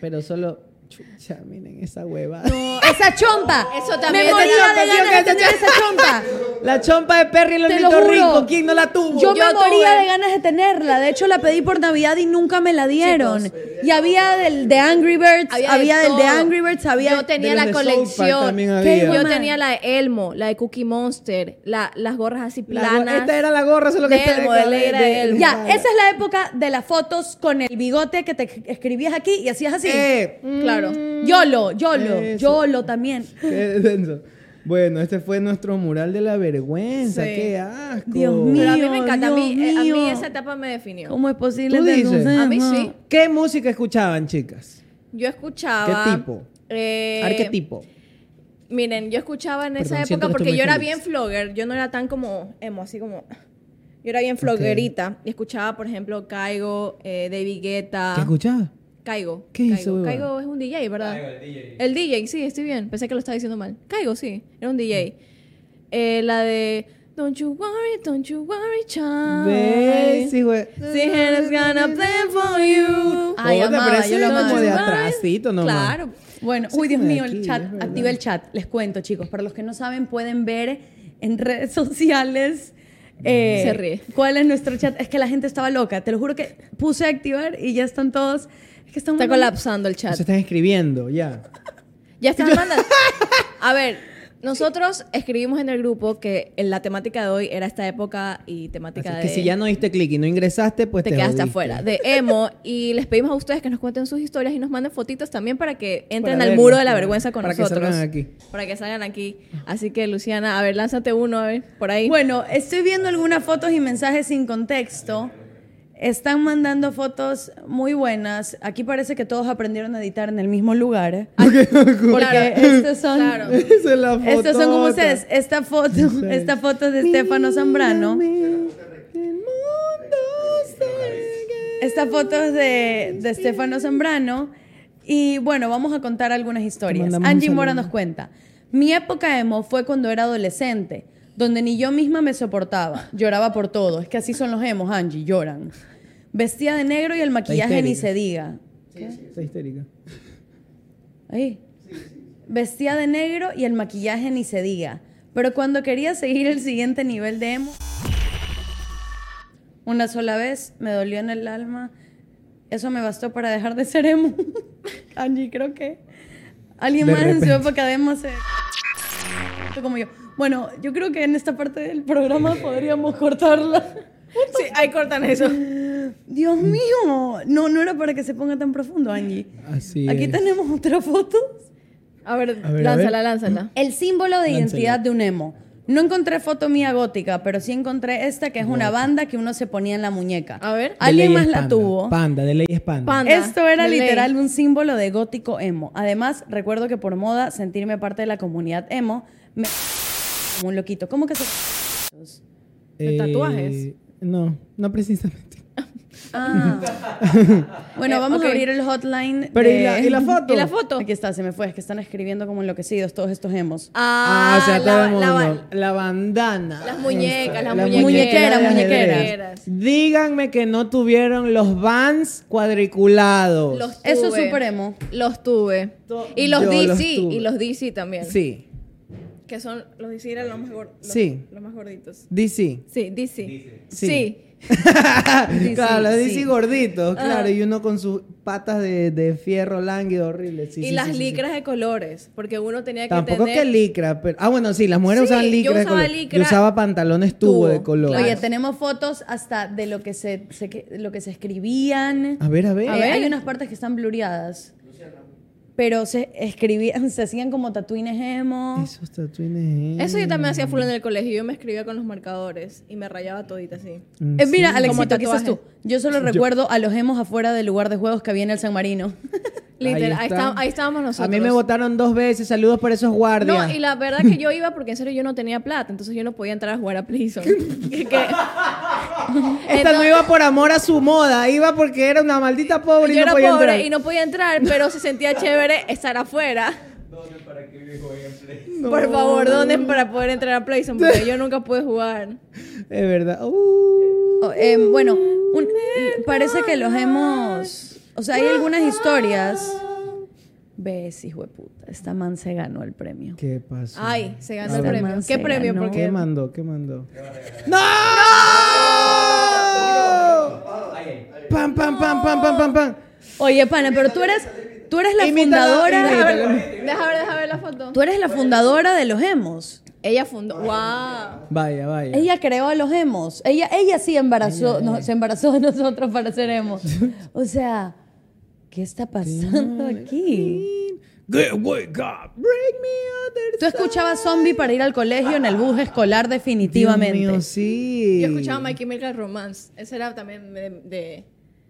Speaker 1: Pero solo, chucha, miren esa huevada.
Speaker 2: Esa chompa.
Speaker 5: Ah, Eso también
Speaker 2: Me
Speaker 5: es
Speaker 2: moría
Speaker 5: de
Speaker 2: de
Speaker 1: chompa,
Speaker 2: ganas de
Speaker 1: sí,
Speaker 2: tener esa chompa.
Speaker 5: [laughs]
Speaker 1: La chompa de Perry en el
Speaker 2: Te lo
Speaker 1: Nito
Speaker 2: juro.
Speaker 1: Rico, ¿quién no la tuvo?
Speaker 2: Yo, me
Speaker 5: Yo
Speaker 2: moría
Speaker 5: tuve.
Speaker 2: de ganas de tenerla. De hecho, la pedí por Navidad y nunca me la dieron. y había del de Angry Birds, había, del de
Speaker 5: todo.
Speaker 2: Angry Birds, había.
Speaker 5: Yo tenía
Speaker 1: los
Speaker 5: la
Speaker 1: de South Park
Speaker 5: colección.
Speaker 1: también
Speaker 2: ¿Qué
Speaker 1: había.
Speaker 2: hijo de
Speaker 5: Yo
Speaker 2: madre?
Speaker 5: tenía la de Elmo, la de Cookie Monster, la- las gorras así
Speaker 1: La go-
Speaker 5: planas.
Speaker 1: esta era la gorra, solo que
Speaker 5: de
Speaker 1: está
Speaker 5: Elmo,
Speaker 1: de-
Speaker 5: de- era
Speaker 1: de-
Speaker 5: Elmo.
Speaker 2: Ya, esa es la época de las fotos con el bigote que te escribías aquí y hacías así.
Speaker 1: Eh,
Speaker 5: Claro.
Speaker 2: Yolo, Yolo,
Speaker 1: Eso.
Speaker 2: Yolo también.
Speaker 1: Qué denso. Bueno, este fue nuestro mural de la vergüenza.
Speaker 5: Sí.
Speaker 1: Qué asco.
Speaker 2: Dios
Speaker 5: Pero a mí
Speaker 2: Mío,
Speaker 5: me encanta. A mí,
Speaker 2: Dios
Speaker 5: eh, a mí
Speaker 2: mío.
Speaker 5: esa etapa me definió.
Speaker 2: ¿Cómo es posible?
Speaker 1: ¿Tú
Speaker 2: que
Speaker 1: dices?
Speaker 2: no
Speaker 5: A mí
Speaker 2: sepa?
Speaker 5: sí.
Speaker 1: ¿Qué música escuchaban, chicas?
Speaker 5: Yo escuchaba.
Speaker 1: ¿Qué tipo?
Speaker 5: eh,
Speaker 1: Arquetipo.
Speaker 5: Miren, yo escuchaba en
Speaker 1: Perdón,
Speaker 5: esa
Speaker 1: siento
Speaker 5: época
Speaker 1: que estoy
Speaker 5: porque
Speaker 1: muy
Speaker 5: yo era
Speaker 1: feliz.
Speaker 5: bien flogger. Yo no era tan como emo, así como. Yo era bien floggerita. Y escuchaba, por ejemplo, Caigo, eh, David Guetta.
Speaker 1: ¿Qué escuchabas?
Speaker 5: Caigo.
Speaker 1: ¿Qué
Speaker 5: Caigo.
Speaker 1: hizo, huevón?
Speaker 5: Caigo es un DJ, ¿verdad? el DJ. sí, estoy bien. Pensé que lo estaba diciendo mal. Caigo, sí. Era un DJ.
Speaker 1: Mm.
Speaker 5: Eh, la de. Don't you worry, don't you worry, child.
Speaker 1: ¿Ves? Sí, güey.
Speaker 5: The hell is gonna play for you.
Speaker 2: Ay,
Speaker 1: Oh, te
Speaker 2: amaba,
Speaker 1: parece
Speaker 2: yo lo
Speaker 1: como
Speaker 2: amaba.
Speaker 1: de atrásito nomás.
Speaker 5: Claro.
Speaker 2: Bueno,
Speaker 1: Sí,
Speaker 2: uy, Dios
Speaker 1: de
Speaker 2: mío,
Speaker 1: aquí,
Speaker 2: el
Speaker 1: es
Speaker 2: chat.
Speaker 1: verdad.
Speaker 2: Activa el chat. Les cuento, chicos. Para los que no saben, pueden ver en redes [laughs] sociales.
Speaker 1: Mm.
Speaker 2: eh,
Speaker 5: Se ríe.
Speaker 2: ¿Cuál es nuestro chat? Es que la gente estaba loca. Te lo juro que puse a activar y ya están todos. Es que están
Speaker 5: Está
Speaker 2: mandando-
Speaker 5: colapsando el chat.
Speaker 1: Se están escribiendo, ya.
Speaker 5: Ya están
Speaker 1: [laughs]
Speaker 5: mandando. A ver, nosotros escribimos en el grupo que en la temática de hoy era esta época y
Speaker 1: Así
Speaker 5: temática de.
Speaker 1: que si ya no diste clic y no ingresaste, pues
Speaker 5: te,
Speaker 1: te,
Speaker 5: quedaste
Speaker 1: jodiste.
Speaker 5: afuera de emo y les pedimos a ustedes que nos cuenten sus historias y nos manden fotitos también para que
Speaker 1: Para
Speaker 5: entren al
Speaker 1: vernos,
Speaker 5: muro de la
Speaker 1: claro.
Speaker 5: vergüenza con
Speaker 1: Para que
Speaker 5: nosotros.
Speaker 1: salgan aquí. [laughs]
Speaker 5: Para que salgan aquí. Así que Luciana, a ver, lánzate uno, a ver, por ahí.
Speaker 2: Bueno, estoy viendo algunas fotos y mensajes sin contexto. Están mandando fotos muy buenas. Aquí parece que todos aprendieron a editar en el
Speaker 1: [laughs]
Speaker 2: mismo lugar.
Speaker 5: Ah,
Speaker 2: Porque estos son.
Speaker 5: Claro.
Speaker 1: Esa es la foto.
Speaker 2: Estos son como ustedes. Esta foto, esta foto es de Estefano Zambrano. Esta foto es de, de Estefano Zambrano. Y bueno, vamos a contar algunas historias.
Speaker 1: mandamos un
Speaker 2: Angie Mora
Speaker 1: saludo.
Speaker 2: nos cuenta. Mi época emo fue cuando era adolescente, donde ni yo misma me soportaba. Lloraba por todo. Es que así son los emos, Angie, lloran. Vestía de negro y el maquillaje ni
Speaker 1: histérica.
Speaker 2: se diga.
Speaker 1: Está histérica.
Speaker 2: Ahí. Vestía de negro y el maquillaje ni se diga. Pero cuando quería seguir el siguiente nivel de emo, una sola vez me dolió en el alma. Eso me bastó para dejar de ser emo. [laughs] Angie, creo que alguien
Speaker 1: De
Speaker 2: más en su
Speaker 1: repente.
Speaker 2: época de emo se... Como yo. Bueno, yo creo que en esta parte del programa podríamos cortarla.
Speaker 5: sí, ahí cortan eso.
Speaker 2: Dios mío, no, no era para que se ponga tan profundo, Angie.
Speaker 1: Así
Speaker 2: Aquí
Speaker 1: es.
Speaker 2: tenemos otra foto.
Speaker 5: A ver,
Speaker 1: A ver, a
Speaker 5: lánzala,
Speaker 1: ver.
Speaker 5: lánzala.
Speaker 2: El símbolo de
Speaker 1: Lánzala.
Speaker 2: identidad de un emo. No encontré foto mía gótica, pero sí encontré esta que es una banda que uno se ponía en la muñeca.
Speaker 5: A ver. De
Speaker 2: Alguien
Speaker 1: De ley
Speaker 2: más
Speaker 1: es
Speaker 2: la
Speaker 1: panda.
Speaker 2: tuvo.
Speaker 1: Panda, de ley es panda.
Speaker 5: Panda.
Speaker 2: Esto era
Speaker 5: de ley.
Speaker 2: literal un símbolo de gótico emo. Además, recuerdo que por moda sentirme parte de la comunidad emo me como un loquito. ¿Cómo que se
Speaker 5: ¿De tatuajes?
Speaker 1: No, no Eh, precisamente.
Speaker 2: Ah. bueno,
Speaker 5: Eh,
Speaker 2: vamos
Speaker 5: ok.
Speaker 2: a abrir el hotline.
Speaker 1: Pero, ¿y
Speaker 2: de-
Speaker 1: la- y la foto?
Speaker 5: ¿Y la foto?
Speaker 2: Aquí está, se me fue. Es que están escribiendo como enloquecidos todos estos hemos.
Speaker 1: Ah, o sea, todo el
Speaker 5: la- la-
Speaker 1: mundo. La, bandana.
Speaker 5: Las muñecas,
Speaker 1: Las
Speaker 5: las muñequeras.
Speaker 1: muñequeras,
Speaker 2: Muñequeras,
Speaker 1: de ajedrez.
Speaker 5: muñequeras.
Speaker 1: Díganme que no tuvieron los vans cuadriculados.
Speaker 5: Los tuve.
Speaker 2: Eso es súper emo.
Speaker 5: Los tuve.
Speaker 1: To-
Speaker 5: Y los
Speaker 1: Yo
Speaker 5: DC.
Speaker 1: los tuve.
Speaker 5: y los DC también.
Speaker 1: Sí.
Speaker 5: Que son. Los DC eran los más, gor- los-
Speaker 1: Sí.
Speaker 5: los más gorditos.
Speaker 1: DC.
Speaker 5: Sí, DC.
Speaker 1: Sí.
Speaker 5: Sí.
Speaker 1: claro, los DC
Speaker 2: sí.
Speaker 1: gorditos, claro, y uno con sus patas de, de fierro lánguido horrible. Sí,
Speaker 5: y
Speaker 1: sí,
Speaker 5: las
Speaker 1: sí, sí, sí.
Speaker 5: licras de colores. Porque uno tenía que
Speaker 1: Tampoco
Speaker 5: tener.
Speaker 1: que licra, pero. Ah, bueno, sí, las mujeres
Speaker 5: Sí,
Speaker 1: usaban
Speaker 5: yo
Speaker 1: licra. de
Speaker 5: usaba
Speaker 1: color.
Speaker 5: licra.
Speaker 1: Yo usaba pantalones tubo, de color.
Speaker 2: Oye, tenemos fotos hasta de lo que se, se que- lo que se escribían.
Speaker 1: A ver, a ver.
Speaker 2: Eh, Hay unas partes que están blureadas. Pero se escribían, se hacían como tatuines emo.
Speaker 1: Esos tatuines. eh.
Speaker 5: Eso yo también hacía full en el colegio. Yo me escribía con los marcadores y me rayaba todita así.
Speaker 1: Mm,
Speaker 2: Eh, mira,
Speaker 5: sí. Como
Speaker 2: Alexito, ¿qué estás
Speaker 5: tatuaje.
Speaker 2: tú?
Speaker 1: [laughs]
Speaker 2: Yo solo recuerdo a los hemos afuera del lugar de juegos que había en el San Marino. [laughs]
Speaker 5: Literal,
Speaker 1: está.
Speaker 5: ahí, está- ahí estábamos nosotros.
Speaker 1: A mí me votaron dos veces. Saludos por esos guardias.
Speaker 5: No, y la verdad que yo iba porque en serio yo no tenía plata, entonces yo no podía entrar a jugar a
Speaker 1: [laughs]
Speaker 5: Prison. Que- que-
Speaker 1: Esta no
Speaker 5: Entonces,
Speaker 1: iba por amor a su moda, iba porque era una maldita pobre y
Speaker 5: yo
Speaker 1: no
Speaker 5: era
Speaker 1: podía
Speaker 5: pobre
Speaker 1: entrar.
Speaker 5: y no podía entrar, pero se sentía chévere estar afuera. Por favor, donen para poder entrar a Playson, porque yo nunca pude jugar.
Speaker 1: Es verdad. Uh.
Speaker 2: Oh, eh, bueno, un- parece que los hemos. O sea, hay algunas historias. Ves, hijo de puta. Esta man se ganó el premio.
Speaker 1: ¿Qué pasó?
Speaker 5: Ay, se ganó
Speaker 1: A
Speaker 5: el
Speaker 1: ver.
Speaker 5: premio.
Speaker 2: Se
Speaker 5: ¿Qué premio?
Speaker 2: ganó.
Speaker 5: Porque
Speaker 1: ¿Qué mandó? ¿Qué mandó? ¡No! ¡Pam, pam, pam, pam, pam, pam, pam!
Speaker 2: Oye, pana, pero tú eres, tú eres la
Speaker 1: Imítala,
Speaker 5: Deja
Speaker 2: fundadora.
Speaker 1: imítala.
Speaker 5: ver, deja ver, deja ver la foto.
Speaker 2: Tú eres la fundadora de los hemos.
Speaker 5: Ella fundó. ¡Wow!
Speaker 1: Vaya, vaya.
Speaker 2: Ella creó a los hemos. Ella, ella sí embarazó, no, se embarazó de nosotros para ser hemos. O sea, ¿qué está pasando aquí?
Speaker 1: Good wake up, bring me other
Speaker 2: Tú escuchabas zombie para ir al colegio en el bus escolar definitivamente.
Speaker 1: Dios mío, sí.
Speaker 5: Yo escuchaba My Chemical Romance. Esa era también de, de,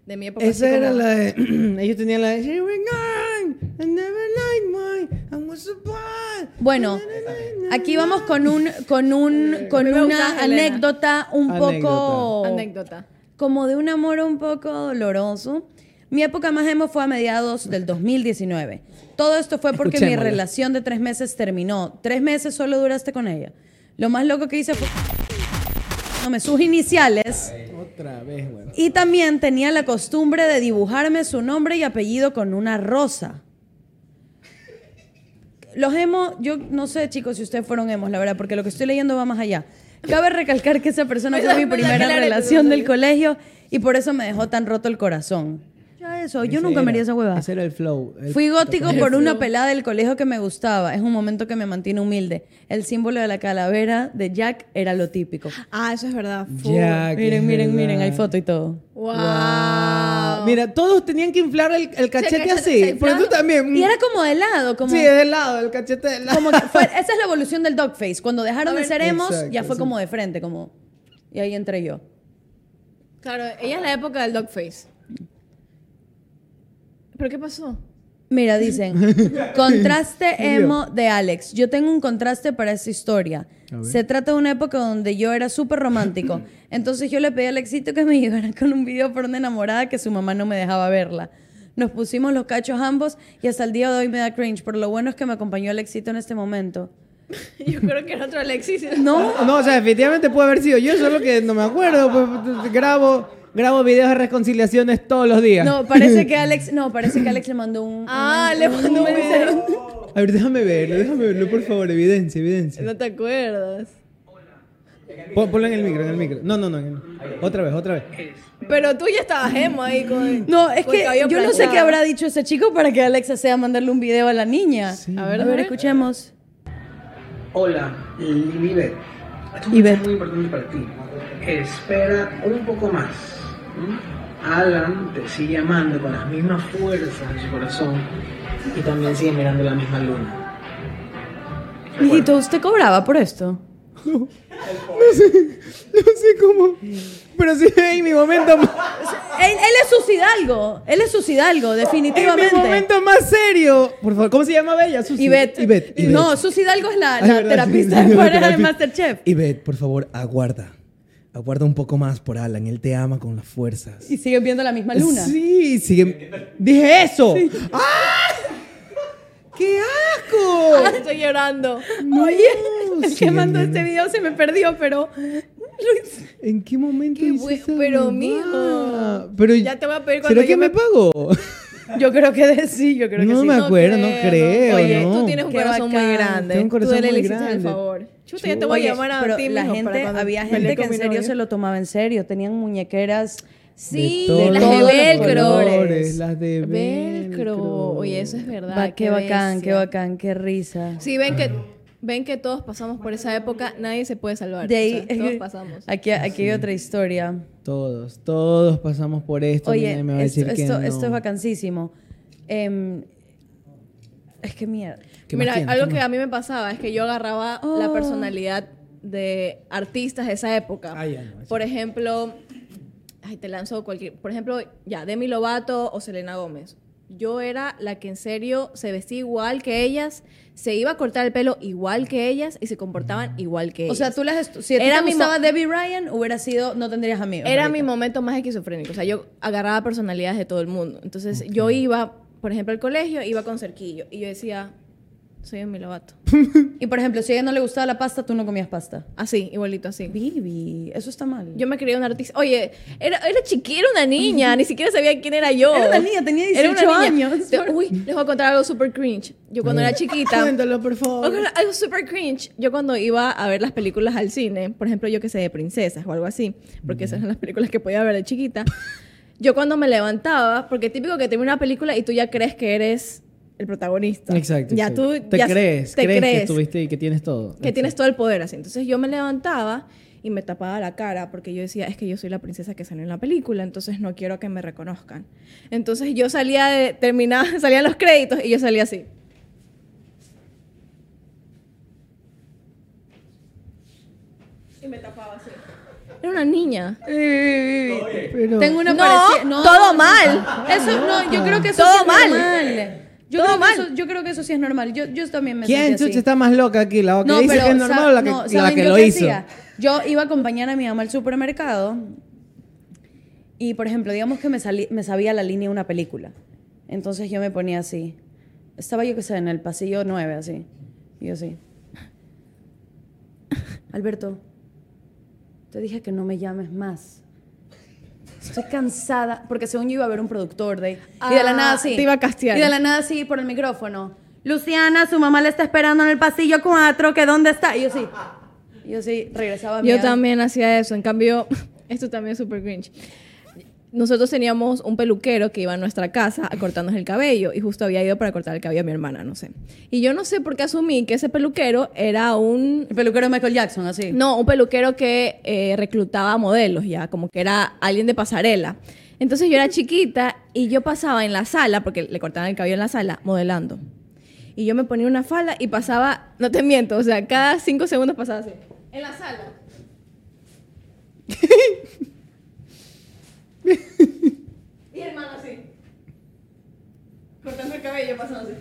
Speaker 5: de mi época.
Speaker 1: Esa
Speaker 5: así
Speaker 1: era
Speaker 5: como-
Speaker 1: la de... [clears throat] Ellos tenían la de... Here we go, I never liked mine, I was a bad.
Speaker 2: Bueno, aquí vamos con un con un con
Speaker 5: A mí me
Speaker 2: una
Speaker 5: gusta Helena.
Speaker 2: anécdota un poco
Speaker 5: Anécdota.
Speaker 2: como de un amor un poco doloroso. Mi época más emo fue a mediados del 2019. Todo esto fue porque mi
Speaker 1: Escuchémosla.
Speaker 2: relación de tres meses terminó. Tres meses solo duraste con ella. Lo más loco que hice fue me sus iniciales
Speaker 1: Otra vez, güey.
Speaker 2: y también tenía la costumbre de dibujarme su nombre y apellido con una rosa. Los hemos, yo no sé, chicos, si ustedes fueron hemos, la verdad, porque lo que estoy leyendo va más allá. Cabe recalcar que esa persona fue mi primera relación del colegio y por eso me dejó tan roto el corazón. Ya eso, yo nunca me haría esa huevada.
Speaker 1: Ese era el flow. el-
Speaker 2: Fui gótico por una pelada del colegio que me gustaba. Es un momento que me mantiene humilde. El símbolo de la calavera de Jack era lo típico.
Speaker 5: Ah, eso es verdad. full.
Speaker 1: Ya, que es
Speaker 2: Miren, miren,
Speaker 1: Ah, verdad.
Speaker 2: miren, hay foto y todo.
Speaker 5: Wow.
Speaker 1: Ah, Mira, todos tenían que inflar el, el cachete
Speaker 5: cachete
Speaker 1: así.
Speaker 5: se
Speaker 1: Pero tú
Speaker 5: inflaba.
Speaker 1: también.
Speaker 2: Y era como de lado, como...
Speaker 1: Sí, es del lado, el cachete del lado.
Speaker 2: como que fue- esa es la evolución del dog face. Cuando dejaron de ser emos,
Speaker 1: Exacto,
Speaker 2: ya fue
Speaker 1: sí.
Speaker 2: como de frente, como... Y ahí entré yo.
Speaker 5: Claro, ella es la época del dogface. ¿Pero qué pasó? [laughs]
Speaker 1: [laughs]
Speaker 2: Mira, dicen, contraste
Speaker 1: Murió.
Speaker 2: emo de Alex. Yo tengo un contraste para esa historia.
Speaker 1: A ver.
Speaker 2: Se trata de una época donde yo era súper
Speaker 1: [laughs]
Speaker 2: romántico. Entonces yo le pedí a Alexito que me [laughs] llegara con un video por una enamorada que su mamá no me dejaba verla. Nos pusimos los cachos ambos y hasta el día de hoy me da cringe. Pero lo bueno es que me acompañó Alexito en este momento.
Speaker 5: Yo creo que era otro Alexis.
Speaker 2: No,
Speaker 1: [laughs] No, o sea, definitivamente puede haber sido yo, solo que no me acuerdo. pues, grabo, grabo videos de reconciliaciones todos los días.
Speaker 2: no,
Speaker 1: [laughs]
Speaker 2: parece que Alex, no, parece que Alex le mandó un...
Speaker 5: Ah, le mandó un mensaje.
Speaker 1: A ver, déjame verlo, déjame verlo, por favor, evidencia, evidencia.
Speaker 5: No te acuerdas.
Speaker 1: Pon- Ponlo en el micro, en el micro. No, no, no. en el- Otra vez, otra vez.
Speaker 5: Pero tú ya estabas emo ahí con.
Speaker 2: No, es
Speaker 5: con el
Speaker 2: que
Speaker 5: cabello
Speaker 2: yo no sé qué
Speaker 5: plateado.
Speaker 2: habrá dicho ese chico para que Alexa sea mandarle un video a la niña.
Speaker 1: Sí.
Speaker 2: A ver, a ver, escuchemos.
Speaker 6: Hola, Libet. Esto
Speaker 2: Ivette.
Speaker 6: es muy importante para ti. Espera un poco más. ¿m? Alan te sigue amando con las mismas fuerzas en su corazón y también sigue mirando la misma luna.
Speaker 2: Mijito, ¿usted cobraba por esto?
Speaker 1: No sé cómo. Pero sí, en mi
Speaker 2: [laughs]
Speaker 1: momento más,
Speaker 2: Él, él es sus hidalgo, él es sus hidalgo,
Speaker 1: en mi
Speaker 2: definitivamente.
Speaker 1: momento más serio. Por favor, ¿cómo se llama Bella? Susi?
Speaker 2: Ivette.
Speaker 1: Ivette. Ivette.
Speaker 2: No, sus hidalgo es la,
Speaker 5: Ah,
Speaker 1: Ay,
Speaker 2: la
Speaker 1: verdad, sí,
Speaker 2: terapista
Speaker 1: sí,
Speaker 2: de
Speaker 1: la
Speaker 2: pareja de
Speaker 1: terapista.
Speaker 2: Masterchef.
Speaker 1: Ivette, por favor, aguarda. Aguarda un poco más por Alan, él te ama con las fuerzas.
Speaker 2: Y siguen viendo la misma luna.
Speaker 1: Sí, sigue. Dije eso. ¡Ah! ¡Qué
Speaker 5: [laughs]
Speaker 1: asco!
Speaker 5: Estoy llorando.
Speaker 2: Oye, el
Speaker 1: sí,
Speaker 2: que mandó
Speaker 1: hermano.
Speaker 2: este video se me perdió, pero.
Speaker 1: ¿En qué momento
Speaker 5: Qué
Speaker 1: hice
Speaker 5: bue-
Speaker 1: esa
Speaker 5: pero,
Speaker 1: huevada?
Speaker 5: mijo,
Speaker 1: Pero
Speaker 5: ya te voy a pedir cuando
Speaker 1: ¿Será que
Speaker 5: yo
Speaker 1: me
Speaker 5: me-
Speaker 1: pago?
Speaker 2: Yo creo que de- sí, yo creo que
Speaker 1: No
Speaker 2: sí.
Speaker 1: me acuerdo, no creo,
Speaker 5: Oye,
Speaker 1: no.
Speaker 5: tú tienes un
Speaker 2: Qué
Speaker 5: corazón muy
Speaker 2: bacán,
Speaker 5: grande.
Speaker 1: tengo un corazón
Speaker 5: tú dele
Speaker 1: muy
Speaker 5: el hiciste el
Speaker 1: grande.
Speaker 5: favor. Chuta, ya te voy
Speaker 2: Oye,
Speaker 5: a llamar a
Speaker 2: pero
Speaker 5: ti,
Speaker 2: la
Speaker 5: mijo, para
Speaker 2: gente,
Speaker 5: cuando
Speaker 2: había
Speaker 5: peleé
Speaker 2: gente que
Speaker 5: con
Speaker 2: en
Speaker 5: mi
Speaker 2: serio
Speaker 5: novio.
Speaker 2: se lo tomaba en serio. Tenían muñequeras.
Speaker 5: Sí,
Speaker 1: todos
Speaker 5: las
Speaker 2: los
Speaker 5: de
Speaker 1: colores,
Speaker 5: velcro.
Speaker 1: las de velcro.
Speaker 5: Velcro. Oye, eso es verdad.
Speaker 2: Va- qué bacán, qué
Speaker 5: bestia.
Speaker 2: bacán, qué risa.
Speaker 5: Sí, ven que, ven que todos pasamos por esa época, nadie se puede salvar.
Speaker 2: De ahí,
Speaker 5: O sea, todos
Speaker 2: [laughs]
Speaker 5: pasamos.
Speaker 2: aquí, aquí hay otra historia.
Speaker 1: Todos, todos pasamos por esto.
Speaker 2: Oye,
Speaker 1: nadie me va a
Speaker 2: esto,
Speaker 1: decir que
Speaker 2: esto-
Speaker 1: no.
Speaker 2: esto es vacancísimo. Em, es que mierda.
Speaker 1: ¿Qué más
Speaker 5: Mira,
Speaker 1: tienes?
Speaker 5: algo
Speaker 1: ¿Qué
Speaker 5: que
Speaker 1: más?
Speaker 5: a mí me pasaba es que yo agarraba la
Speaker 2: Oh.
Speaker 5: personalidad de artistas de esa época.
Speaker 1: Ah, ya, no, eso-
Speaker 5: por ejemplo, ay, te lanzo cualquier, por ejemplo, ya Demi Lovato o Selena Gómez. Yo era la que en serio se vestía igual que ellas, se iba a cortar el pelo igual que ellas y se
Speaker 1: Mm.
Speaker 5: comportaban igual que ellas.
Speaker 2: O sea, tú las estu- si a ti
Speaker 5: Era
Speaker 2: te
Speaker 5: mi mo-
Speaker 2: gustaba Debbie Ryan, hubiera sido no tendrías amigos.
Speaker 5: Era
Speaker 2: marica.
Speaker 5: mi momento más esquizofrénico. O sea, yo agarraba personalidades de todo el mundo. Entonces, yo iba, por ejemplo, al colegio, iba con cerquillo. Y yo decía, soy
Speaker 1: [laughs]
Speaker 5: un milovato.
Speaker 2: Y por ejemplo, si a ella no le gustaba la pasta, tú no comías pasta.
Speaker 5: Así, igualito así.
Speaker 2: Bibi, eso está mal.
Speaker 5: Yo me creía una artista. Oye, era, era chiquita, era una niña. ni siquiera sabía quién era yo.
Speaker 2: Era una niña, tenía 18 años.
Speaker 5: Te- uy, les voy a contar algo super cringe. Yo cuando
Speaker 1: [laughs]
Speaker 5: era chiquita.
Speaker 1: Cuéntalo, por favor.
Speaker 5: Ojalá, algo súper cringe. Yo cuando iba a ver las películas al cine, por ejemplo, yo que sé, de princesas o algo así, porque esas eran las películas que podía ver de chiquita, yo cuando me levantaba, porque típico que termina una película y tú ya crees que eres el protagonista.
Speaker 1: Exacto.
Speaker 5: Ya
Speaker 1: exacto.
Speaker 5: tú
Speaker 1: te
Speaker 5: ya
Speaker 1: crees,
Speaker 5: te
Speaker 1: crees, que
Speaker 5: crees
Speaker 1: estuviste y que tienes todo.
Speaker 5: que tienes todo el poder así. Entonces yo me levantaba y me tapaba la cara porque yo decía, es que yo soy la princesa que salió en la película, entonces no quiero que me reconozcan. Entonces yo salía de terminaba, [laughs] salían los créditos y yo salía así. Y me tapaba así. Era una niña.
Speaker 1: Pero-
Speaker 2: Tengo una
Speaker 5: No,
Speaker 2: parecida-
Speaker 5: todo mal.
Speaker 2: Eso no, yo creo que eso
Speaker 5: Todo
Speaker 2: sí es
Speaker 5: mal.
Speaker 2: normal. Yo
Speaker 5: Todo
Speaker 2: creo que
Speaker 5: mal.
Speaker 2: eso- yo creo que eso sí es normal. Yo, yo también me
Speaker 1: ¿Quién
Speaker 2: sentí así.
Speaker 1: chucha está más loca aquí? ¿La que dice que es normal
Speaker 2: sa-
Speaker 1: o la que,
Speaker 2: no,
Speaker 1: la
Speaker 2: ¿saben
Speaker 1: que
Speaker 2: yo
Speaker 1: lo
Speaker 2: qué
Speaker 1: hizo?
Speaker 2: hacía? Yo iba a acompañar a mi mamá al supermercado y, por ejemplo, digamos que me, salí- me sabía la línea de una película. Entonces yo me ponía así. Estaba yo, que sé, en el pasillo 9, así. Y yo así. Alberto, te dije que no me llames más. Estoy cansada, porque según yo iba a ver un productor de... y de la
Speaker 5: Ah,
Speaker 2: nada así.
Speaker 5: te iba a castear.
Speaker 2: Y de la nada así por el micrófono. Luciana, su mamá la está esperando en el pasillo 4, que dónde está. Y yo sí. y Yo sí, regresaba a mi
Speaker 5: Yo
Speaker 2: a-
Speaker 5: también hacía eso. En cambio, [laughs] esto también es súper cringe. Nosotros teníamos un peluquero que iba a nuestra casa a cortarnos el cabello y justo había ido para cortar el cabello a mi hermana, no sé. Y yo no sé por qué asumí que ese peluquero era un...
Speaker 2: El peluquero Michael Jackson, así.
Speaker 5: No, un peluquero que eh, reclutaba modelos ya, como que era alguien de pasarela. Entonces yo era chiquita y yo pasaba en la sala, porque le cortaban el cabello en la sala, modelando. Y yo me ponía una falda y pasaba, no te miento, o sea, cada cinco segundos pasaba así. En la sala. [laughs] y hermano así. Cortando el cabello, pasando así.